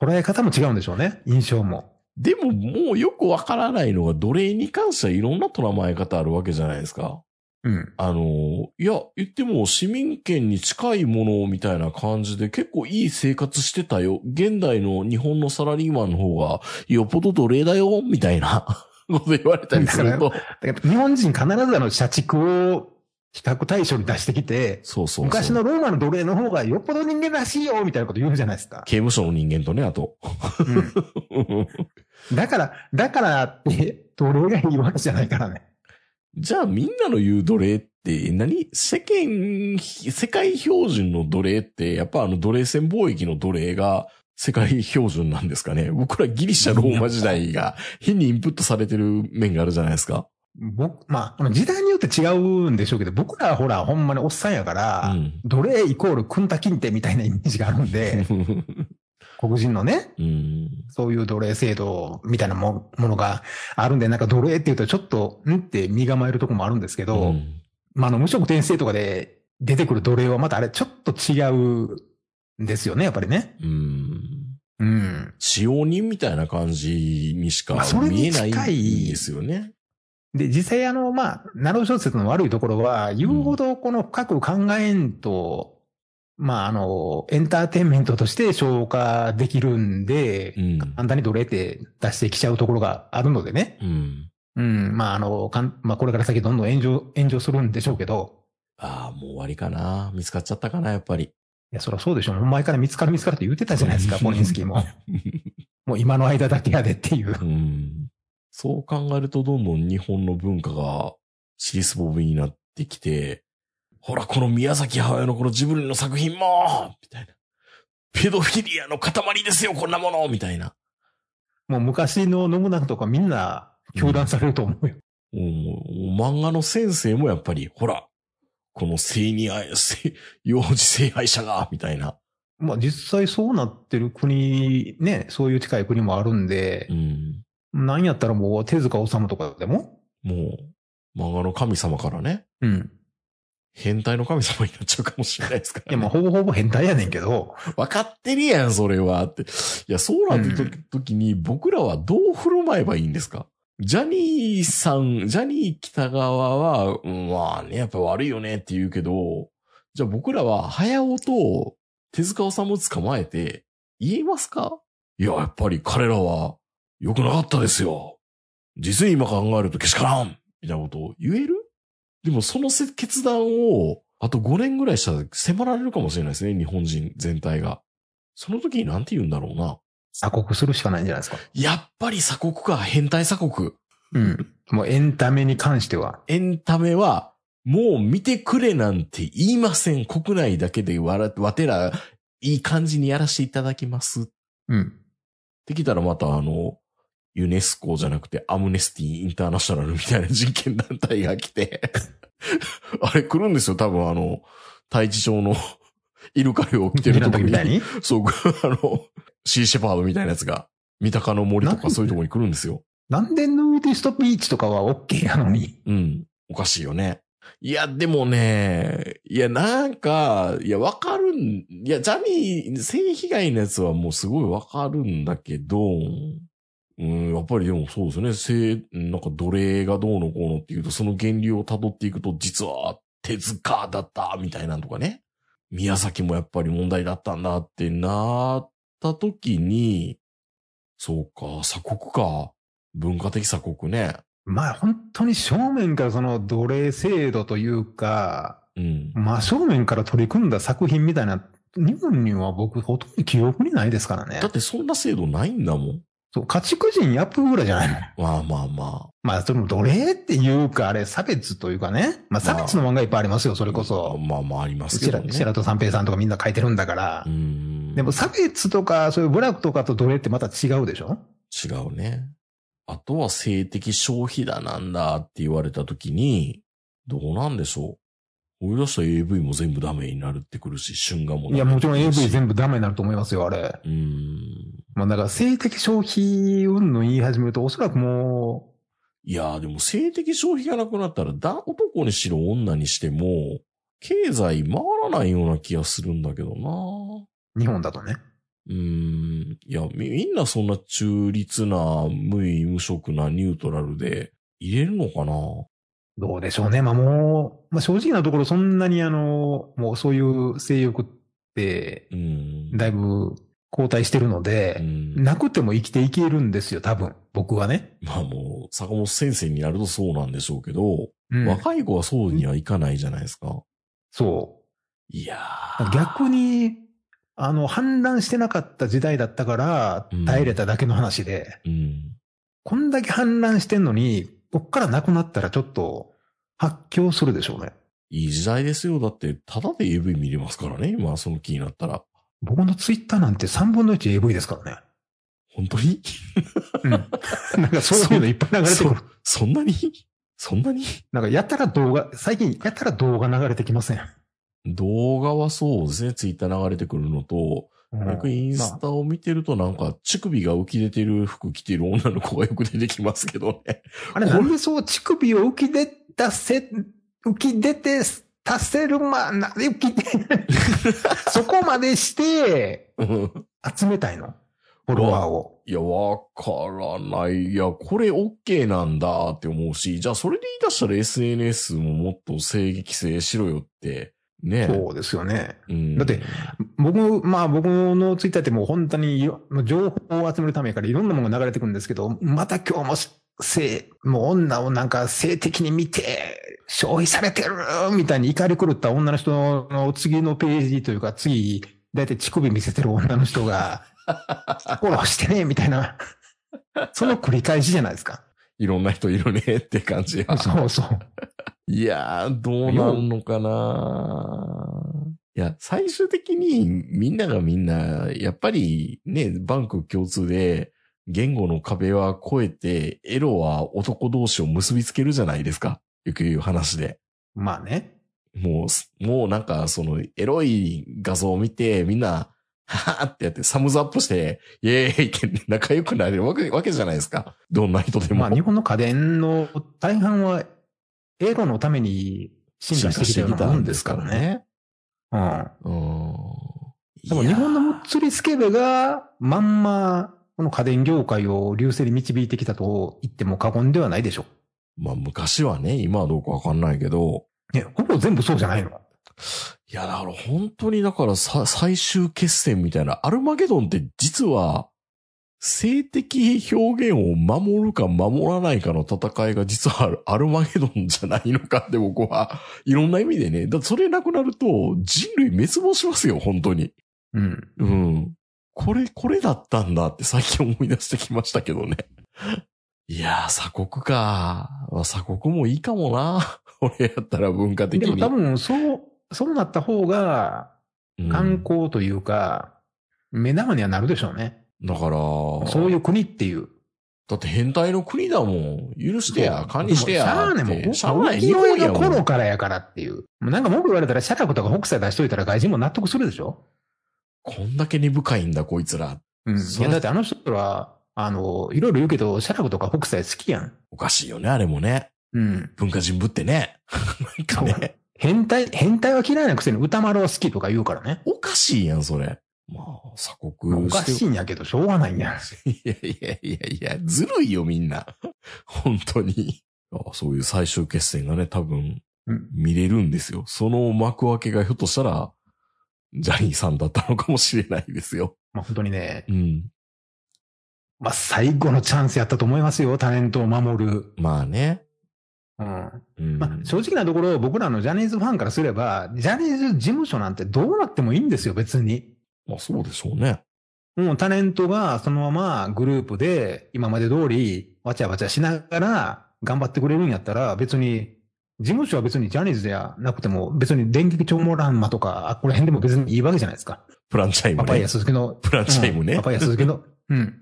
捉え方も違うんでしょうね。印象も。
でも、もうよくわからないのが、奴隷に関してはいろんな捉え方あるわけじゃないですか。
うん。
あの、いや、言っても市民権に近いものみたいな感じで結構いい生活してたよ。現代の日本のサラリーマンの方がよっぽど奴隷だよ、みたいなこと言われたりする
だ
と。
だから日本人必ずあの、社畜を比較対象に出してきて、
そうそうそう。
昔のローマの奴隷の方がよっぽど人間らしいよ、みたいなこと言うじゃないですか。
刑務所の人間とね、あと。
だから、だからって、奴隷がいいわけじゃないからね。
じゃあみんなの言う奴隷って何世間、世界標準の奴隷って、やっぱあの奴隷船貿易の奴隷が世界標準なんですかね 僕らギリシャローマ時代が変にインプットされてる面があるじゃないですか。
僕、まあ、あの時代によって違うんでしょうけど、僕らはほら、ほんまにおっさんやから、
うん
奴隷イコールクンタキンテみたいなイメージがあるんで、黒人のね、
うん。
そういう奴隷制度みたいなもものがあるんで、なんか奴隷っていうとちょっと、んって身構えるとこもあるんですけど、
ん
まあ、あの、無職転生とかで出てくる奴隷はまたあれちょっと違うんですよね、やっぱりね。
うん。
うん。
使用人みたいな感じにしか
まあそれ
見え
に
な
近
い
い
んですよね。
で、実際あの、まあ、ナロー小説の悪いところは、言うほどこの深く考えんと、まあ、あの、エンターテインメントとして消化できるんで、
うん。
簡単に奴隷って出してきちゃうところがあるのでね。
うん。
うん。まあ、あの、かんまあ、これから先どんどん炎上、炎上するんでしょうけど、
ああ、もう終わりかな。見つかっちゃったかな、やっぱり。
いや、そりゃそうでしょ。前から見つかる見つかるって言ってたじゃないですか、
うん
ポニンスキーも。もう今の間だけやでっていう。
うん。そう考えるとどんどん日本の文化が尻すぼみになってきて、ほら、この宮崎駿のこのジブリの作品もみたいな。ペドフィリアの塊ですよ、こんなものみたいな。
もう昔の信長とかみんな、教団されると思うよ。
もう漫画の先生もやっぱり、ほら、この性に愛、性幼児性愛者が、みたいな。
まあ実際そうなってる国、ね、そういう近い国もあるんで
う、ん。
なんやったらもう手塚治虫とかでも、
もう、漫画の神様からね、
うん。
変態の神様になっちゃうかもしれないですから、ね。
いや、まあほぼほぼ変態やねんけど、
分かってるやん、それは。って。いや、そうなってと、
うん
時に、僕らはどう振る舞えばいいんですかジャニーさん、ジャニー北川は、うんまあね、やっぱ悪いよねって言うけど、じゃあ僕らは、早尾と手塚治虫捕まえて、言えますかいや、やっぱり彼らは、良くなかったですよ。実に今考えるとけしからんみたいなことを言えるでもそのせ決断を、あと5年ぐらいしたら迫られるかもしれないですね、日本人全体が。その時になんて言うんだろうな。
鎖国するしかないんじゃないですか。
やっぱり鎖国か、変態鎖国。
うん。もうエンタメに関しては。
エンタメは、もう見てくれなんて言いません。国内だけでわら、わてら、いい感じにやらせていただきます。っ
うん。
てきたらまたあの、ユネスコじゃなくてアムネスティインターナショナルみたいな人権団体が来て、 あれ来るんですよ、多分あの、大地上の イルカ漁来て
見
る
た
とこ
時み
に
たいに
そう、あの、シーシェパードみたいなやつが、三鷹の森と
な
かそういうとこに来るんですよ。
なんでヌーディストビーチとかは OK なのに。
うん。おかしいよね。いや、でもね、いや、なんか、いや、わかるん、いや、ジャニー、性被害のやつはもうすごいわかるんだけど、うん、やっぱりでもそうですね、性、なんか奴隷がどうのこうのっていうと、その源流を辿っていくと、実は手塚だった、みたいなのとかね。宮崎もやっぱり問題だったんだってなった時に、そうか、鎖国か。文化的鎖国ね。
まあ本当に正面からその奴隷制度というか、
うん。
真正面から取り組んだ作品みたいな、日本には僕ほとんど記憶にないですからね
だっ。てそんな制度ないんだもん。
そう、家畜人やっぷぐらいじゃないの。
まあまあま
まあ、それも奴隷っていうか、あれ、差別というかね。まあ、差別の漫画いっぱいありますよ、そ
あ。
れこそ。
まあまあありま
う
す
ち
け
ら、
ど
う
ね。
ちらと三平さんとかみんな書いてるんだから
う。ん。
でも差別とか、そういう部落とかと奴隷ってまた違うでしょ
違うね。あとは性的消費だなんだって言われた時に、どうなんでしょう。追い出した AV も全部ダメになるってくるし、瞬間も
いや、もちろん AV
部。
全部ダメになると思いますよ、あれ。
うん。
もうだから、性的消費云々言い始めると、おそらくも
いやーでも性的消費がなくなったら、だ、男にしろ女にしても、経済回らないような気がするんだけどな
う、日本だとね。
うーん。いや、み、みんなそんな中立な、無意無色なニュートラルで入れるのかな
どうでしょうね。まあもう、まあ正直なところそんなにあの、もうそういう性欲って
う、ん。
だいぶ後退してるの
う
で、
ん。
なくても生きていけるんですよ、多分。僕はね。
まあもう、坂本先生になるとそうなんでしょうけど、
うん。
若い子はそうにはいかないじゃないですか。
そ
いや
う。
ー。
逆に、あの、判断してなかった時代だったから
うん、
耐えれただけの話で、
うん。
こんだけ氾濫してんのに、こっからなくなったらちょっと発狂するでしょうね。
いい時代ですよ。だって、ただで AV 見れますからね。今、その気になったら。
僕のツイッターなんて3分の 1AV ですからね。
本当に
うん。なんかそういうのいっぱい流れてくる。
そんなにそんなに
なんかやたら動画、最近やたら動画流れてきません。
動画はそうですね、ツイッター流れてくるのと、
うん
僕インスタを見てるとなんか乳首が浮き出てる服着てる女の子がよく出てきますけど ね。
あれ、なんでそう乳首を浮き出たせ、浮き出て、達せるま、な、浮き出、 そこまでして、
うん
集めたいのフォロワーを。
いや、わからない。いや、これ OK なんだって思うし、じゃあそれで言い出したら SNS ももっと制規制しろよって。ね。
そうですよね。
うん
だって、僕、まあ僕のツイッターってもう本当によ情報を集めるためからいろんなものが流れてくるんですけど、また今日も性、もう女をなんか性的に見て、消費されてるみたいに怒り狂った女の人の次のページというか次、だいたい乳首見せてる女の人が、フォローしてね、みたいな。その繰り返しじゃないですか。
いろんな人いるねって感じや。
そうそう。
いやー、どうなるのかないや、最終的にみんながみんな、やっぱりね、バンク共通で、言語の壁は越えて、エロは男同士を結びつけるじゃないですか。よく言う話で。
まあね。
もうす、もうなんかそのエロい画像を見て、みんな、ははってやって、サムズアップして、イエーイって仲良くなれるわけわけじゃないですか。どんな人でも。
まあ日本の家電の大半はエロのために進化してきたようなもんですからね。。うん。
うん。
多分日本のムッツリスケベがまんまこの家電業界を流星に導いてきたと言っても過言ではないでしょ
まあ昔はね、今はどうかわかんないけど、
う。ね、ほぼ全部そうじゃないの
いやだから本当にだからさ最終決戦みたいな、アルマゲドンって実は、性的表現を守るか守らないかの戦いが実はあるアルマゲドンじゃないのかって僕はいろんな意味でね。だってそれなくなると人類滅亡しますよ、本当に。
うん。
うん。これ、これだったんだって最近思い出してきましたけどね。 いやー、鎖国か。まあ鎖国もいいかもな。 俺やったら文化的
で
に。
も多分そう、そうなった方が
うん
観光というか、目玉にはなるでしょうね。
だから、
そういう国っていう。
だって変態の国だもん。許してや、管理してや。
しゃあね
っ
も
て
う、
しゃあない
浮
日
世
本
絵
や
の
もん
頃からやからっていう。もうなんか文句言われたら社宅とか北斎出しといたら外人も納得するでしょ
こんだけ根深いんだ、こいつら。
うん。い
そう
やだってあの人は、あの、いろいろ言うけど、社宅とか北斎好きやん。
おかしいよね、あれもね。
うん。
文化人ぶってね。 なんかね。
変態、変態は嫌いなくせに歌丸は好きとか言うからね。
おかしいやん、それ。まあ、鎖国
おかしいんやけど、しょうがないんや。
いやいやいやいや、ずるいよみんな。本当に。あそういう最終決戦がね、多分
うん、
見れるんですよ。その幕開けがひょっとしたら、ジャニーさんだったのかもしれないですよ。
まあ本当にね
う、ん。
まあ最後のチャンスやったと思いますよ、タレントを守る。
まあね。
うん。
うん。
まあ正直なところ、僕らのジャニーズファンからすれば、ジャニーズ事務所なんてどうなってもいいんですよ、別に。
まあそうでしょうね。
もうタレントがそのままグループで今まで通りわちゃわちゃしながら頑張ってくれるんやったら別に事務所は別にジャニーズではなくても別に電撃超モランマとかあこら辺でも別にいいわけじゃないですか。
プランチャイム
パパイ
ね
ヤ。鈴木の
プランチャイム
うん
ね
パ。パイヤ鈴 木の。うん。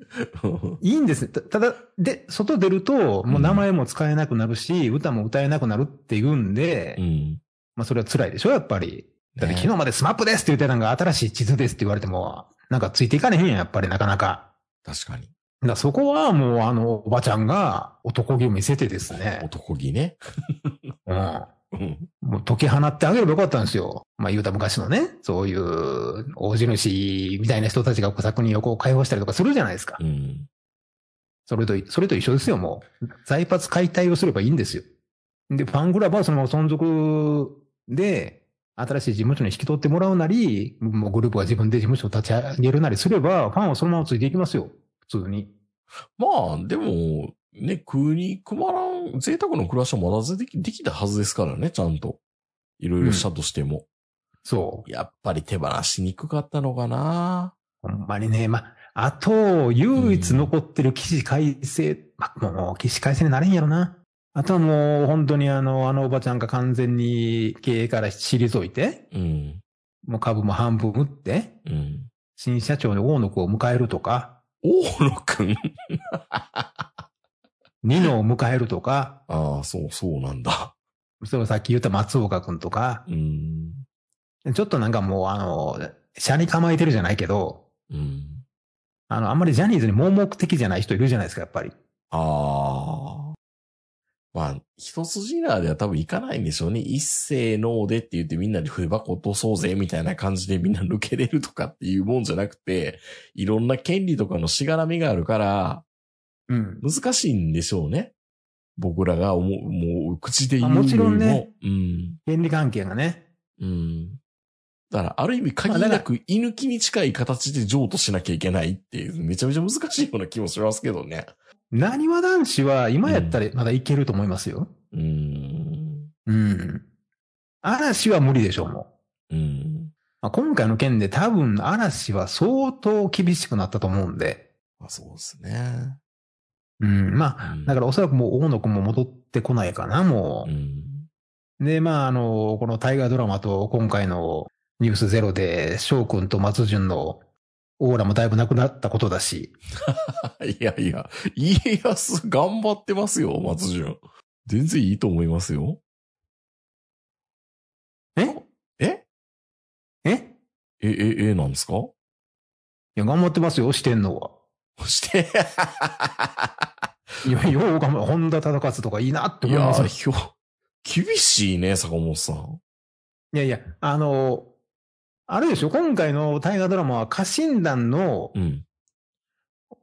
いいんです。たただ、で、外出ると、もう名前も使えなくなるし、歌も歌えなくなるっていうんで、
うん。
まあそれは辛いでしょ、やっぱり。だって
ね
昨日までスマップですって言ってたのが新しい地図ですって言われても、なんかついていかれへんやん、やっぱりなかなか。
確かに。
だからそこはもうあの、おばちゃんが男気を見せてですね、
男気ね。
うん。
うん。
もう解き放ってあげればよかったんですよ。まあ言うた昔のね、そういう大地主みたいな人たちが小作に横を解放したりとかするじゃないですか
う。ん。
それと、それと一緒ですよ、もう。財閥解体をすればいいんですよ。で、ファンクラブはそのまま存続で、新しい事務所に引き取ってもらうなり、もうグループは自分で事務所を立ち上げるなりすれば、ファンはそのままついていきますよ。普通に。
まあ、でも、ね、食うに困らん、贅沢の暮らしはまだできできたはずですからね、ちゃんと。いろいろしたとしても。
そ
やっぱり手放しにくかったのかな
う。ほんまにね、まあ、あと、唯一残ってる起死改正、まあ、もう起死改正になれんやろな。あとはもう、本当にあの、あのおばちゃんが完全に経営から退いて、
うん。
もう株も半分売って、
うん。
新社長に大野くんを迎えるとか、
大野くん
ニノを迎えるとか、
ああ、そう、そうなんだ。
それをさっき言った松岡くんとか、
うん。
ちょっとなんかもうあの、社に構えてるじゃないけど、
うん。
あの、あんまりジャニーズに盲目的じゃない人いるじゃないですか、やっぱり。
ああ。まあ、一筋縄では多分いかないんでしょうね。一世のでって言ってみんなで筆箱落とそうぜみたいな感じでみんな抜けれるとかっていうもんじゃなくて、いろんな権利とかのしがらみがあるから、
うん。
難しいんでしょうね。僕らが思う、もう口で言う
あもちろんね
よりも。うん。
権利関係がね。
うん。だから、ある意味、限りなく、居抜きに近い形で譲渡しなきゃいけないっていう、めちゃめちゃ難しいような気もしますけどね。
なにわ男子は今やったらまだいけると思いますよ。
うん。
うん。嵐は無理でしょう、もう。
うん。
まあ、今回の件で多分嵐は相当厳しくなったと思うんで。
まあ、そうですね。
うん。まあ、だからおそらくもう大野くんも戻ってこないかな、も
う
う。
ん。
で、まあ、あの、この大河ドラマと今回のニュースゼロで、翔くんと松潤のオーラもだいぶなくなったことだし。
いやいや、家康頑張ってますよ、松潤。全然いいと思いますよ。
え
え
えい
え、え、え、なんですか
や、頑張ってますよ、してんのは。
して、
いや、よう頑張る。本田忠勝とかいいなっ て
い
思い
や
ますよ
ー、ひょ、厳しいね、坂本さん。
いやいや、あの、あれでしょ、今回の大河ドラマは家臣団の、
うん。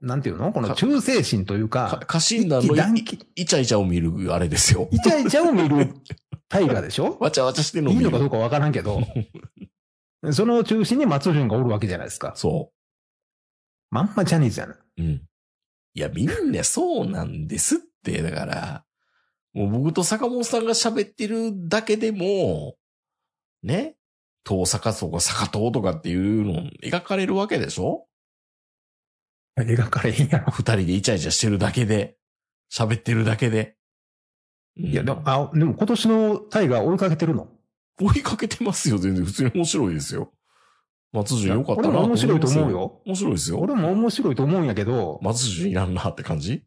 なんていうのこ
か
の忠誠心という
か家
か、
臣団のい
一気団結
イチャイチャを見る、あれですよ。
イチャイチャを見る大河でしょ
わちゃわちゃしてるのを
いい
見
のかど
る。
うかわからん けど、その中心に松潤がおるわけじゃないですか。
そ
まんまジャニーズやな。
う。うん。いや、みんなそうなんですって、だから、もう僕と坂本さんが喋ってるだけでも、ね、遠坂とか坂東とかっていうの描かれるわけでしょ
描かれへんやろ。
二人でイチャイチャしてるだけで、喋ってるだけで。うん
いや、でも、あ、でも今年の大河追いかけてるの
追いかけてますよ、全然。普通に面白いですよ。松
いや
潤よかったな
俺も面白いと思
よ。
うよ。
面白いですよ。
俺も面白いと思うんやけど、い
松潤いらんなって感じ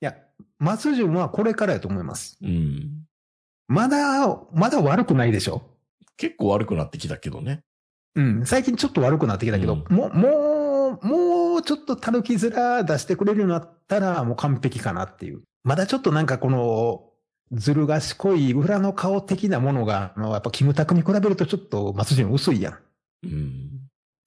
や、松潤はこれからやと思います。
うん。
まだ、まだ悪くないでしょ
結構悪くなってきたけどね。
うん、最近ちょっと悪くなってきたけど、
う
もう、もう、もうちょっとたるき面出してくれるようになったらもう完璧かなっていう。まだちょっとなんかこの、ずる賢い裏の顔的なものが、あのやっぱキムタクに比べるとちょっと松潤薄いやん。
うん。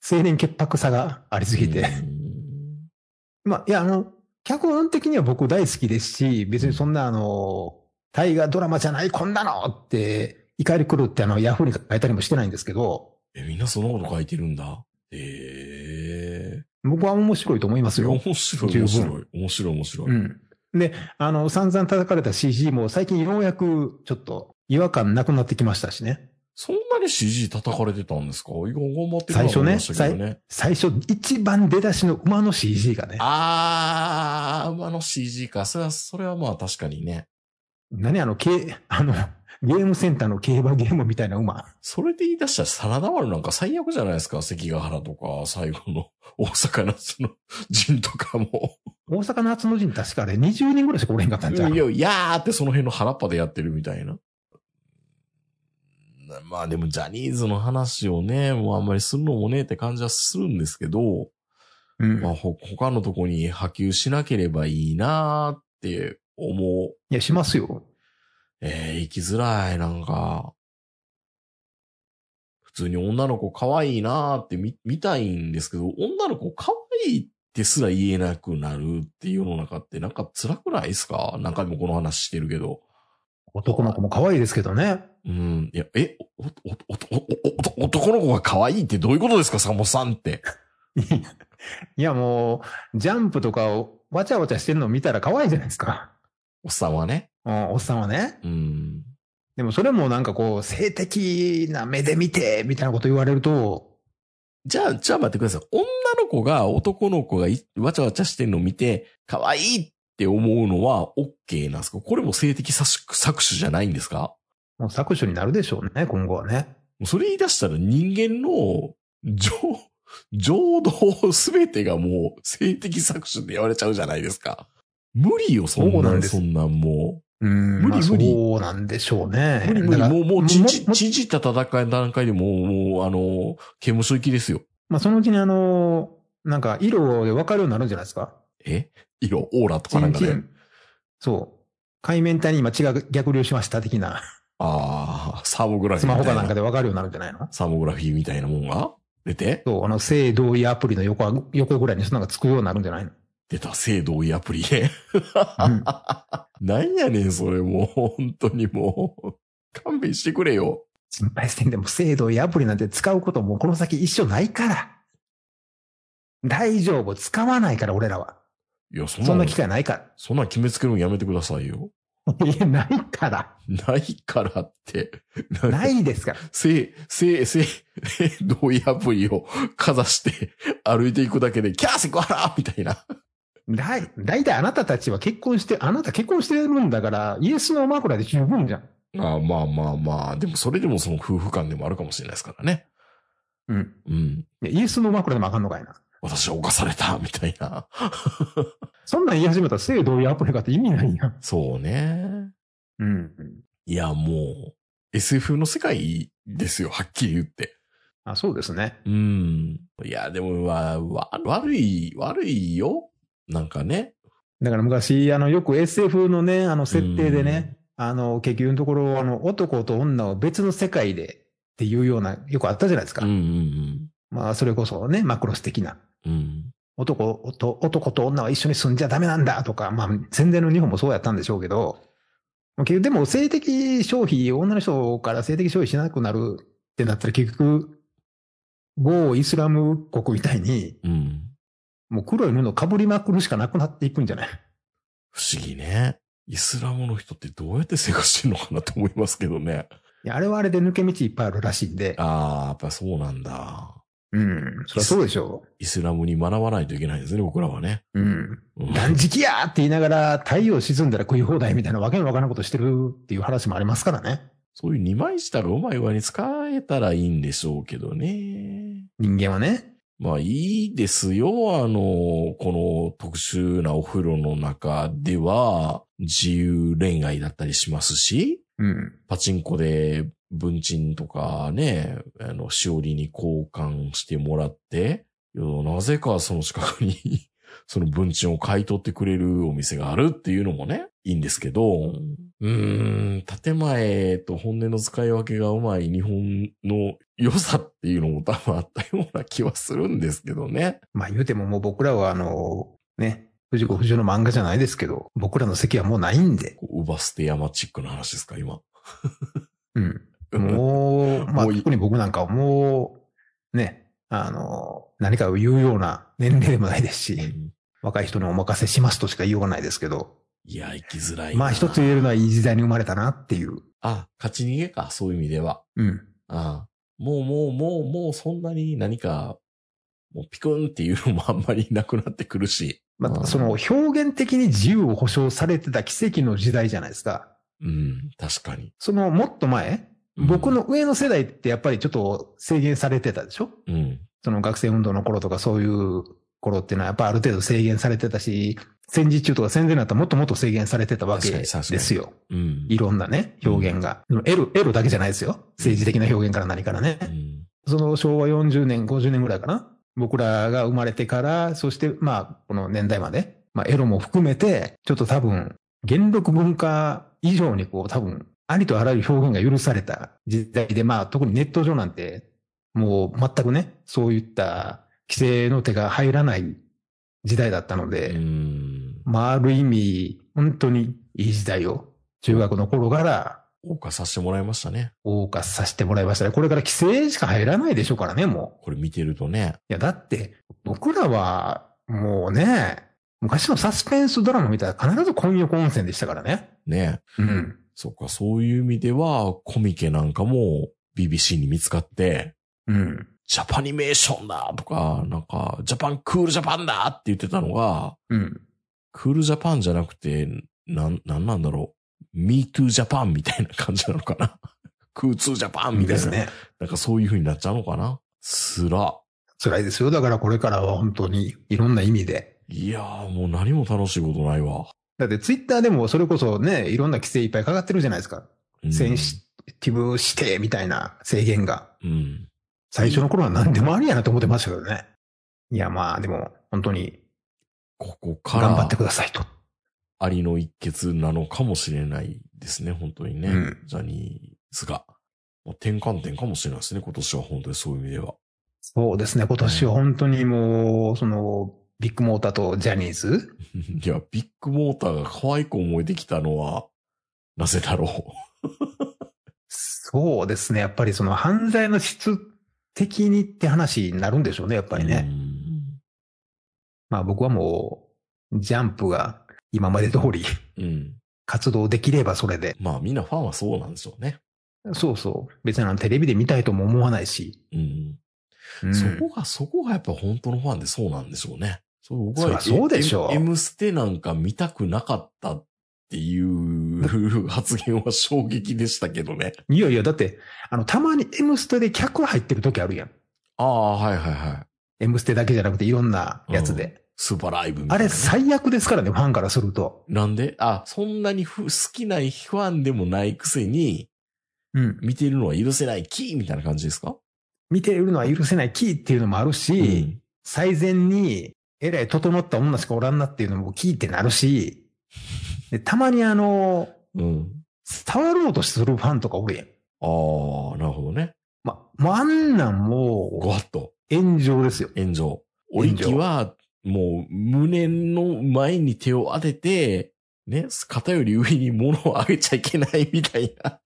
青年潔白さがありすぎて。
うん
まあ、いや、あの、脚本的には僕大好きですし、別にそんなあの、大河ドラマじゃない、こんなのって、怒り狂ってあの、ヤフーに書いたりもしてないんですけど、
え、みんなそんなこと書いてるんだ。え
僕は面白いと思いま
え
すよ。
面白い、
十
面
分
白い。面白い、面白い。
うん。で、あの、散々叩かれた CG も最近ようやくちょっと違和感なくなってきましたしね。
そんなに CG 叩かれてたんですか意外に頑張ってる
最初ね
ましたけどね。
最初、一番出だしの馬の CG がね。
あー、馬の CG か。それは、それはまあ確かにね。
何あの、けあの、ゲームセンターの競馬ゲームみたいな馬。
それで言い出したらサラダ丸なんか最悪じゃないですか。関ヶ原とか、最後の大阪のその 陣とかも。
大阪の初の陣確かあれ20人ぐらいしかおれへんかったんじゃ
い
ん。
や、いやーってその辺の腹っぱでやってるみたいな。なまあでもジャニーズの話をね、もうあんまりするのもねって感じはするんですけど、
うん
まあほ他のとこに波及しなければいいなーって思う。
いや、しますよ。
えー、生きづらい、なんか。普通に女の子可愛いなーって見、見たいんですけど、女の子可愛いってすら言えなくなるっていう世の中ってなんか辛くないですか何回もこの話してるけど。
男の子も可愛いですけどね。
うん。いや、え、お、お、お、お、お、お、男の子が可愛いってどういうことですか、サモさんって。
いや、もう、ジャンプとかをわちゃわちゃしてるの見たら可愛いじゃないですか。
おっさんはね。
うん、おっさんはね。
うん。
でもそれもなんかこう、性的な目で見て、みたいなこと言われると、
じゃあ、じゃあ待ってください。女の子が男の子がいわちゃわちゃしてんの見て、可愛いって思うのは OK なんですかこれも性的搾取搾取じゃないんですか
もう搾取になるでしょうね、今後はね。
もうそれ言い出したら人間の情、情動すべてがもう性的搾取って言われちゃうじゃないですか。無理よ、そん
そうな
なんん、
です
そんなんもう。
う
無
ん、
理
まあ
無理
そうなんでしょうね。
無理無理、
だから
もう、もう、
も
ちじ、
も
ちじった戦いの段階でもう、もう、あの、刑務所行きですよ。
まあ、そのうちにあの、なんか、色で分かるようになるんじゃないですか。
え色、オーラとかなんか
チンチ
ね。
ンそう。海面体に今血が逆流しました的な、
ああ、サーモグラフ
ス
ィー
マ
み
ホ
た
か
い
な
な。
んかで分かるようになるんじゃないの
サーモグラフィーみたいなもんが出て
そう、あの、性同意アプリの横は、横ぐらいにそんなのがつくようになるんじゃないの
出た、性同意アプリね。
うん
なんやねん、それもう。本当にもう。勘弁してくれよ。
心配してんでも制度やアプリなんて使うこともこの先一生ないから。大丈夫。使わないから、俺らは。
いや、そん
そ
なんん
な機会ないか
そんなん決めつけるのやめてくださいよ。
ら。 いや、ないから。
ないからって。
ないですから。
性、性、性、 同意アプリをかざして歩いていくだけで、キャーセクハラみたいな。
だい、だいたいあなたたちは結婚して、あなた結婚してるんだから、イエスの枕で十分じゃん。
ああまあまあまあ、でもそれでもその夫婦間でもあるかもしれないですからね。
うん。
うん。
いやイエスの枕でもあかんのかいな。
私は犯された、みたいな。
そんなん言い始めたら性同意アプリかって意味ないやん。
そうね。
うん。
いや、もう、SF の世界ですよ、はっきり言って。
あ、そうですね。
うん。いや、でも、わ、わ、悪い、悪いよ。なんかね。
だから昔、あの、よく SF のね、あの、設定でね、あの、結局のところ、あの、男と女を別の世界でっていうような、よくあったじゃないですか。
うんうん
まあ、それこそね、マクロス的な。
うん。うん。
男と、男と女は一緒に住んじゃダメなんだとか、まあ、戦前の日本もそうやったんでしょうけど、結局でも性的消費、女の人から性的消費しなくなるってなったら結局、某イスラム国みたいに、
うん。
もう黒い布を被りまくるしかなくなっていくんじゃない
不思議ね。イスラムの人ってどうやって生活してんのかなと思いますけどね。
いやあれはあれで抜け道いっぱいあるらしいんで。
ああ、やっぱそうなんだ。
うん。そりゃそうでしょ
イスラムに学ばないといけないんですね、僕らはね。
う。うん。
うん
断食やーって言いながら、太陽沈んだら食い放題みたいなわけのわからんことしてるっていう話もありますからね。
そういう二枚舌がうまい具合に使えたらいいんでしょうけどね。
人間はね。
まあいいですよ。あの、この特殊なお風呂の中では自由恋愛だったりしますし、
うん。
パチンコで文鎮とかね、あの、しおりに交換してもらって、いやなぜかその近くに、 その文鎮を買い取ってくれるお店があるっていうのもね、いいんですけど、うーん、建前と本音の使い分けがうまい日本の良さっていうのも多分あったような気はするんですけどね。
まあ言うてももう僕らはあの、ね、藤子不二雄の漫画じゃないですけど、僕らの席はもうないんで。
こうウバステ山チックの話ですか、今。
うん。もう、まあ
もういい
特に僕なんかはもう、ね、あの、何かを言うような年齢でもないです
う
し、
ん
若い人にお任せしますとしか言いようがないですけど、
いや、生きづらいな。
まあ一つ言えるのはいい時代に生まれたなっていう。
あ、勝ち逃げか、そういう意味では。
うん。
ああもうもうもうもうそんなに何か、もうピクンっていうのもあんまりなくなってくるし。
ま
うん
あ、その表現的に自由を保障されてた奇跡の時代じゃないですか。
うん、確かに。
そのもっと前、
うん
僕。の上の世代ってやっぱりちょっと制限されてたでしょ
うん。
その学生運動の頃とかそういう頃っていうのはやっぱある程度制限されてたし、戦時中とか戦前だったらもっともっと制限されてたわけ
確かに確かに
ですよ。
うん。
いろんなね、表現が。でもエロ、エロだけじゃないですよ。政治的な表現から何からね。
うん。
その昭和40年、50年ぐらいかな。僕らが生まれてから、そしてまあ、この年代まで、まあエロも含めて、ちょっと多分、元禄文化以上にこう多分、ありとあらゆる表現が許された時代で、まあ特にネット上なんて、もう全くね、そういった規制の手が入らない時代だったので、
うん。
まあある意味、本当にいい時代を、中学の頃から、
謳歌させてもらいましたね。
謳歌させてもらいましたね。これから規制しか入らないでしょうからね、もう。
これ見てるとね。
いや、だって、僕らは、もうね、昔のサスペンスドラマ見たら必ず混浴温泉でしたからね。
ね。
うん。
そっか、そういう意味では、コミケなんかも BBC に見つかって、
うん。
ジャパニメーションだとか、なんか、ジャパンクールジャパンだって言ってたのが、
うん。
クールジャパンじゃなくて、なん、なんなんだろう。me too ジャパンみたいな感じなのかな。 空通ジャパンみたい
で
な。
すね。
なんかそういう風になっちゃうのかな。すら。
辛いですよ。だからこれからは本当にいろんな意味で。
いやーもう何も楽しいことないわ。
だってツイッターでもそれこそね、いろんな規制いっぱいかかってるじゃないですか。
うん
センシティブ指定みたいな制限が。
うん。
最初の頃は何でもありやなと思ってましたけどね。いや、まあでも、本当に
ここか
頑張って
ら、
くださいと。
ありの一決なのかもしれないですね、本当にね。
うん
ジャニーズが。まあ転換点かもしれないですね、今年は本当にそういう意味では。
そうですね、今年は本当にもう、その、ビッグモーターとジャニーズ。
いや、ビッグモーターが可愛く思えてきたのは、なぜだろ
そうですね、やっぱりその犯罪の質的にって話になるんでしょうね、やっぱ
う。
りね。まあ僕はもう、ジャンプが今まで通り
うん。うん。
活動できればそれで。
まあ、みんなファンはそうなんでしょうね。
そうそう。別にあのテレビで見たいとも思わないし。
うん。
うん
そこが、そこがやっぱ本当のファンでそうなんでしょうね。そう、僕
そり
は
ゃそうでしょう
M, M ステなんか見たくなかったっていう発言は衝撃でしたけどね。
いやいや、だって、あの、たまに M ステで客入ってる時あるやん。
ああ、はいはいはい。
M ステだけじゃなくていろんなやつで。
スーパーライブみた
あ
いなね、
れ最悪ですからね、ファンからすると。
なんであ、そんなにふ好きなファンでもないくせに、
うん。
見てるのは許せないキーみたいな感じですか
見てるのは許せないキーっていうのもあるし、最善に、えらい整った女しかおらんなっていうのもキーってなるし、でたまにあの、
うん。うん。
触ろうとするファンとかおるやん。
ああ、なるほどね。
ま、もうあんなん
ご
も
わっと
う、炎上ですよ。
炎上。お
炎
り
上
きは、もう胸の前に手を当てて、ね、肩より上に物を上げちゃいけないみたい な。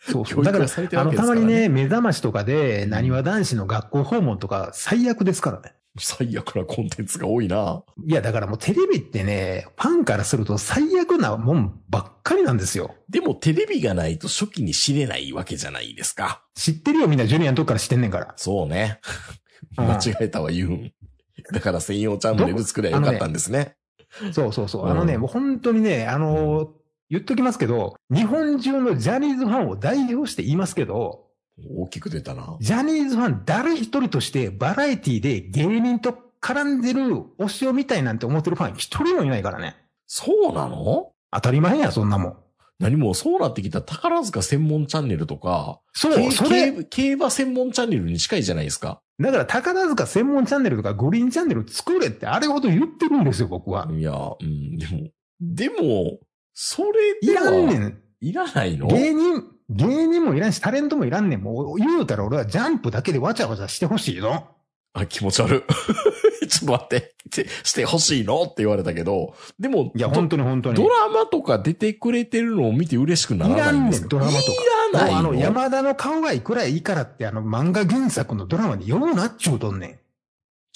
そうそ
教
う。だ
育
から
が、されてるわ
あの、
けで
た
すか
ま
ら、ね。
にね、目覚ましとかで、なにわ男子の学校訪問とか、最悪ですからね。
最悪なコンテンツが多いな。
いや、だからもうテレビってね、ファンからすると最悪なもんばっかりなんですよ。
でもテレビがないと初期に知れないわけじゃないですか。
知ってるよ、みんなジュニアの時から知ってんねんから。
そうね。
うん
間違えたわ、言うん。だから専用チャンネル作りゃよかったんですね。
そうそうそう。
うん
あのね、もう本当にね、あのー言っときますけど、日本中のジャニーズファンを代表して言いますけど、
大きく出たな。
ジャニーズファン誰一人としてバラエティで芸人と絡んでる推しをみたいなんて思ってるファン一人もいないからね。
そうなの
当たり前や、そんなもん。
何もそうなってきたら宝塚専門チャンネルとか、
そう、
け
それ、
競競馬専門チャンネルに近いじゃないですか。
だから宝塚専門チャンネルとかグリーンチャンネル作れってあれほど言ってるんですよ、僕は。
いや、うん、でも、でも、それ
い
で
らんね
は、
ん。
いらないの
芸人、芸人もいらんし、タレントもいらんねん。もう言うたら俺はジャンプだけでわちゃわちゃしてほしいの。
あ、気持ち悪い。 ちょっと待って、てしてほしいのって言われたけど、でも、
いや、
ど
本当に本当に。
ドラマとか出てくれてるのを見て嬉しくならないんですか
いらんねんドラマと
いら
か
ないの
あの、山田の顔がいくらいいからって、あの、漫画原作のドラマで読むなっちゅうとんね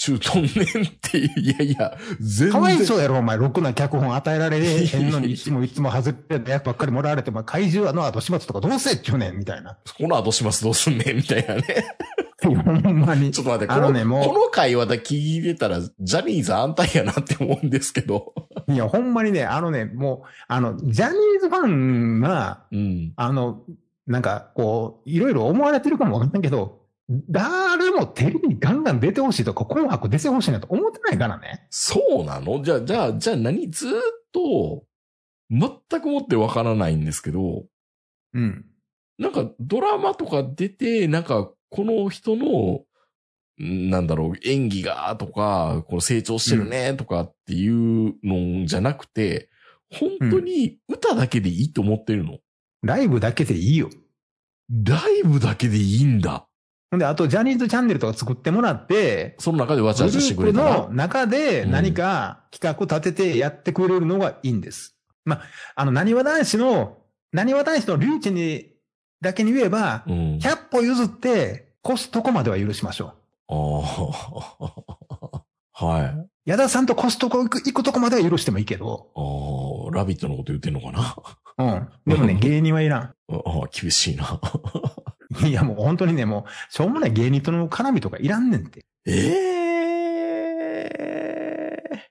中トンネンって、いやいや、全
ん。
然。
かわいそうやろ、 お前。ろくな脚本与えられ
いやいや
へんのに、いつもいつも外れて、やばっかりもらわれて、まあ、怪獣あの後始末とかどうせっちゅうねん、みたいな。
この後します、どうすんねん、みたいなね。
ほんまに
ち。ょっと待って、こ
あの
の,、
ねもう
この会話だけ聞いてたら、ジャニーズ安泰やなって思うんですけど。
いや、ほんまにね、あのね、もう、あの、ジャニーズファンが、
うん。
あの、なんか、こう、いろいろ思われてるかもわかんないけど、誰もテレビにガンガン出てほしいとか、紅白出てほしいなと思ってないからね。
そうなのじゃあ、じゃあ、じゃあ何ずーっと、全くもってわからないんですけど、
うん。
なんかドラマとか出て、なんかこの人の、んなんだろう、演技がとか、この成長してるねとかっていうのじゃなくて、本当に歌だけでいいと思ってるの、
ライブだけでいいよ。
ライブだけでいいんだ。
ほんで、あと、ジャニーズチャンネルとか作ってもらって、
その中でわち
グ
ゃ
ル
わちゃしてくれ
ープ
た
の
ら。
中で何か企画立ててやってくれるのがいいんです。まあ、あの、何わ男子の、何わ男子のリューチに、だけに言えば、
うん。あ
100歩譲って、越すとこまでは許しましょう。
あ。 はい。あ
矢田さんと越すとこ行く行くとこまでは許してもいいけど、
あ、ラビットのこと言ってんのかな
うん。でもね、芸人はいら
ああ、厳しい な。
ん。いや、もう本当にね、もう、しょうもない芸人との絡みとかいらんねんって。い
ええ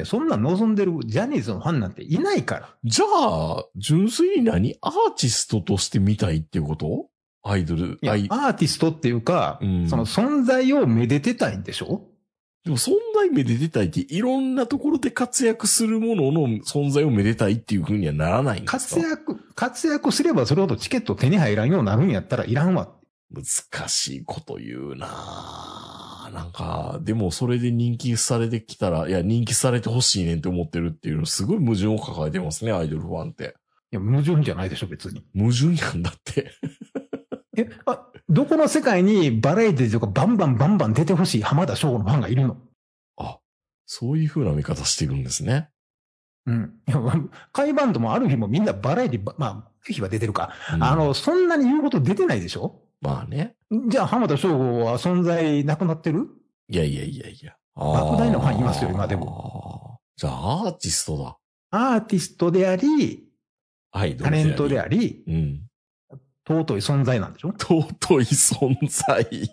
や、そんなん望んでるジャニーズのファンなんていないから。
じゃあ、純粋に何アーティストとして見たいっていうことアイドル
い、や、
ア
ア
イ、
ーティストっていうか、
うん
その存在をめでてたいんでしょ
でも、そんなにめでてたいって、いろんなところで活躍するものの存在をめでたいっていうふうにはならないんですか
活躍、活躍すればそれほどチケット手に入らんようになるんやったらいらんわ。
難しいこと言うなぁなんか、でもそれで人気されてきたら、いや、人気されてほしいねんって思ってるっていうの、すごい矛盾を抱えてますね、アイドルファンって。
いや、矛盾じゃないでしょ、別に。
矛盾なんだって。
え、あ、どこの世界にバラエティとかバンバンバンバン出てほしい浜田省吾のファンがいるの。
あ、そういう風な見方してるんですね。
うん。いや、 海バンドもある日もみんなバラエティば、まあ、ある日は出てるか。
うん
あ、の、そんなに言うこと出てないでしょ
まあね。
じゃあ浜田省吾は存在なくなってる
いやいやいやいや。
莫
莫
大なファンいますよ今で
も。じゃあ、アーティストだ。
アーティストであり、
アイド
タ
ル
レントであり、
り。うん。
尊い存在なんでしょ
尊い存在。
い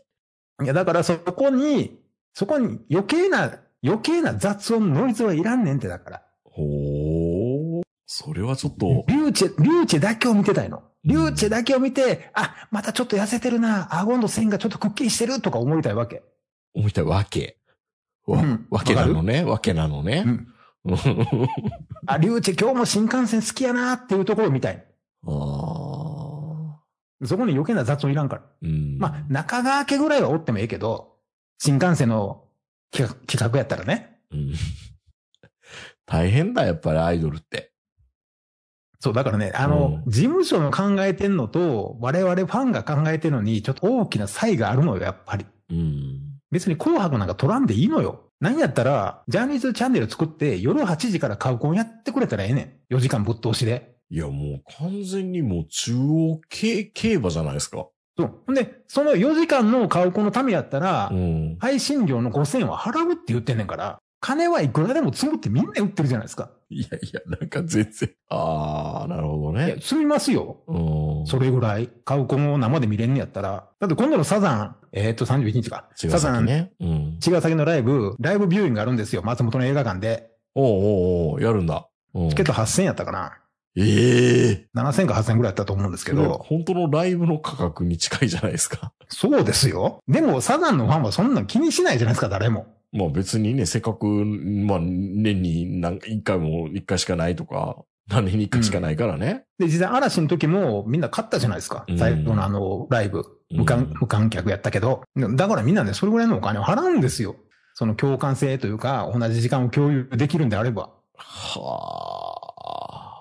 や、だからそこに、そこに余計な、余計な雑音、ノイズはいらんねんって、だから。
ほー。それはちょっと、
リューチェ、リューチェだけを見てたいの。リューチェだけを見て、あ、またちょっと痩せてるな、顎の線がちょっとくっきりしてるとか思いたいわけ。
思いたいわけ。わ
うん
わけなのね。わけなのね
う。ん。
あ
あ、リューチェ今日も新幹線好きやなっていうところを見たい。
あ
そこに余計な雑音いらんから。
ー。うん。
まあ、中川家ぐらいはおってもいいけど、新幹線の企画企画やったらね。
うん。 大変だ、やっぱりアイドルって。
そう、だからね、あの、
うん
事務所の考えてんのと、我々ファンが考えてるのに、ちょっと大きな差異があるのよ、やっぱり。
うん。
別に紅白なんか取らんでいいのよ。なんやったら、ジャニーズチャンネル作って、夜8時からカウコンやってくれたらええねん。4時間ぶっ通しで。
いや、もう完全にもう中央系競馬じゃないですか。
そう。ほんで、その4時間のカウコンのためやったら、
うん。
配信料の5000は払うって言ってんねんから、金はいくらでも積むってみんな言ってるじゃないですか。
いやいや、なんか全然。ああ、なるほど
いや、
ね。
積みますよ。
うん。
それぐらい、カウコンを生で見れんねやったら。だって今度のサザン、えっと31日か。
違う
サザ
先
ン
ね。うん。
茅ヶ崎のライブ、ライブビューイングあるんですよ。松本の映画館で。
おうおうおうやるんだ。うん
チケット8000やったかな。
ええ
7000か8000ぐらいやったと思うんですけ
それ
ど。
本当のライブの価格に近いじゃないですか。
そうですよ。でも、サザンのファンはそんなん気にしないじゃないですか、誰も。
まあ別にね、せっかく、まあ年に何一回も一回しかないとか、何年に一回しかないからね。
で、実際嵐の時もみんな勝ったじゃないですか
う。ん
最後のあの、ライブ。
うん
無観無観客やったけど。だからみんなね、それぐらいのお金を払うんですよ。その共感性というか、同じ時間を共有できるんであれば。
は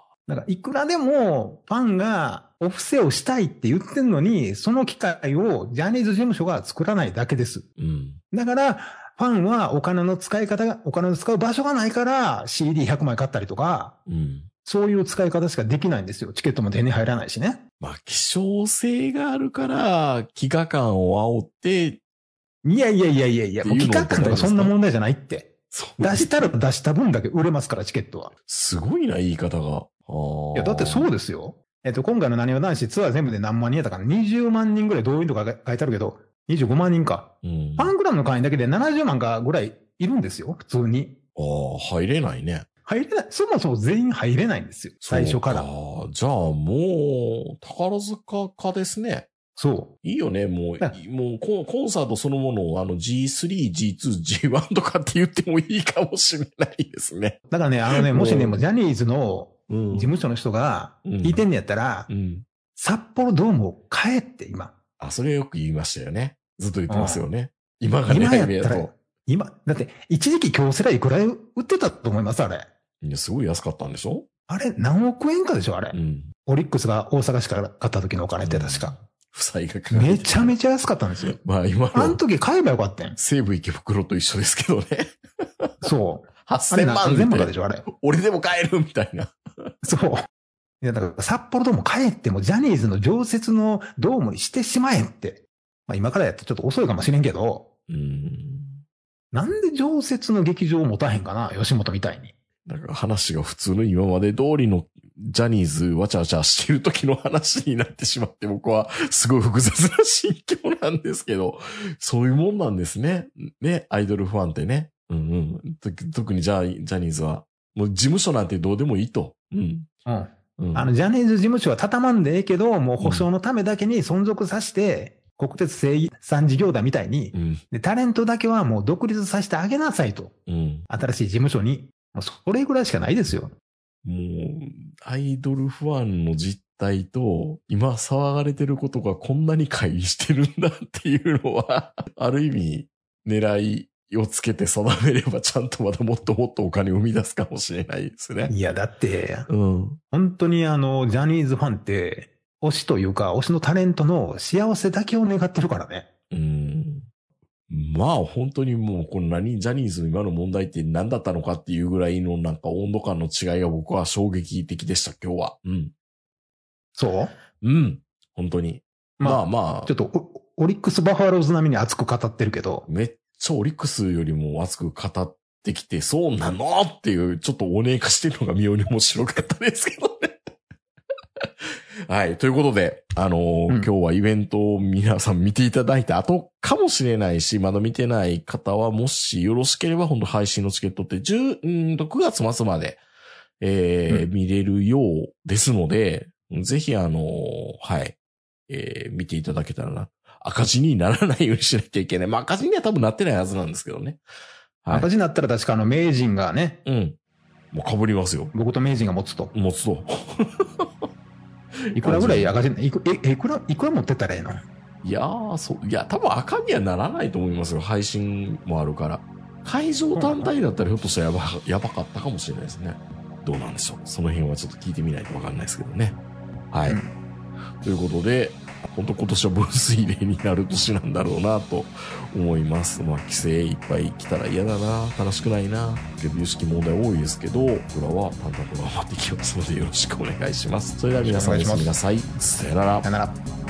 あ。
だから、いくらでもファンがお布施をしたいって言ってんのに、その機会をジャニーズ事務所が作らないだけです。
うん。
だから、ファンはお金の使い方が、お金の使う場所がないから、CD100 枚買ったりとか、
うん。
そういう使い方しかできないんですよ。チケットも手に入らないしね。
まあ希少性があるから、飢餓感を煽って、
いやいやいやいやいや、もう
っていう
企
の
画感とかそんな問題じゃないって。
そう
出したら出した分だけ売れますから、チケットは。
すごいな、言い方が。ああ。
いや、だってそうですよ。えっと、今回の何わ男子ツアー全部で何万人やったかな ?20 万人ぐらい動員とか書いてあるけど、25万人か。
うん。
フ
あ
ァンクラブの会員だけで70万かぐらいいるんですよ、普通に。
あ、入れないね。
入れない、そもそも全員入れないんですよ、最初から。
そうじゃあもう、宝塚かですね。
そ
いいよね、も
だ
う、もうコン、コンサートそのものを、あの、G3、G2、G1 とかって言ってもいいかもしれないですね。
う。だからね、あのね、
もう
もしね、もうジャニーズの
うん
事務所の人が
うん
聞いてんのやったら、
うん。
札幌ドームを変えって、今。
あ、それよく言いましたよね。ずっと言ってますよね。今がね、
今やっ
夢
たら、今、だって、一時期京セラいくらい売ってたと思います、あれ。
いや、すごい安かったんでしょ
あれ、何億円かでしょ、あれ。
うん。
オリックスが大阪市から買った時のお金って確か。
負債がかかる
めちゃめちゃ安かったんですよ。
まあ今
あの
の
時買えばよかったん。
西武池袋と一緒ですけどね。
そう。あれ
8000万みた
何千
い
万
な
かでしょ、あれ。
俺でも買えるみたいな。
そう。いや、だから札幌ドーム帰ってもジャニーズの常設のドームにしてしまえって。まあ今からやってちょっと遅いかもしれんけど、
うん。
なんで常設の劇場を持たへんかな吉本みたいに。
なんか話が普通の今まで通りのジャニーズわちゃわちゃしてる時の話になってしまって僕はすごい複雑な心境なんですけど、そういうもんなんですね。ね、アイドルファンってね。うんうん。と特にジャジャニーズは。もう事務所なんてどうでもいいと。うん。
うん。
うん、
あの、ジャニーズ事務所は畳まんでええけど、もう保証のためだけに存続させて、国鉄生産事業団みたいに、
うん。
で、タレントだけはもう独立させてあげなさいと。
うん。
新しい事務所に。もうそれぐらいしかないですよ。
もう、アイドルファンの実態と、今騒がれてることがこんなに乖離してるんだっていうのは、 ある意味、狙いをつけて定めれば、ちゃんとまたもっともっとお金を生み出すかもしれないですね。
いや、だって、
うん。
本当にあの、ジャニーズファンって、推しというか、推しのタレントの幸せだけを願ってるからね。
うん。まあ本当にもうこの何、ジャニーズの今の問題って何だったのかっていうぐらいのなんか温度感の違いが僕は衝撃的でした、今日は。うん。
そう
うん。本当に。まあまあ
ちょっ、とオ、オリックスバファローズ並みに熱く語ってるけど、
めっちゃオリックスよりも熱く語ってきて、そうなのっていう、ちょっとおねえ化してるのが妙に面白かったですけどね。はい。ということで、あのー
う
今
ん
日はイベントを皆さん見ていただいた後かもしれないし、まだ見てない方は、もしよろしければ、本当配信のチケットって10、うんと9月末まで、えー
う
見れるようですので、ぜひ、あのーはい、えー見ていただけたらな。赤字にならないようにしなきゃいけない。まあ、赤字には多分なってないはずなんですけどね。はい。
私になったら確かあの、名人がね、
うん。もう被りますよ。
僕と名人が持つと。
持つと。
いくらぐらい赤字いく、え、いくら、いくら持ってったらええの
いやー、そう、いや、多分赤にはならないと思いますよ。配信もあるから。会場単体だったらひょっとしたらやばやばかったかもしれないですね。どうなんでしょう。その辺はちょっと聞いてみないとわかんないですけどね。はい。
うん
ということで、本当今年はブルース入れになる年なんだろうなと思います。まあ、規制いっぱい来たら嫌だな、楽しくないな、デビュー式問題多いですけど、僕らは淡々と頑張っていきますのでよろしくお願いします。それでは皆さんおやすみなさい。さよなら
さよ。なら。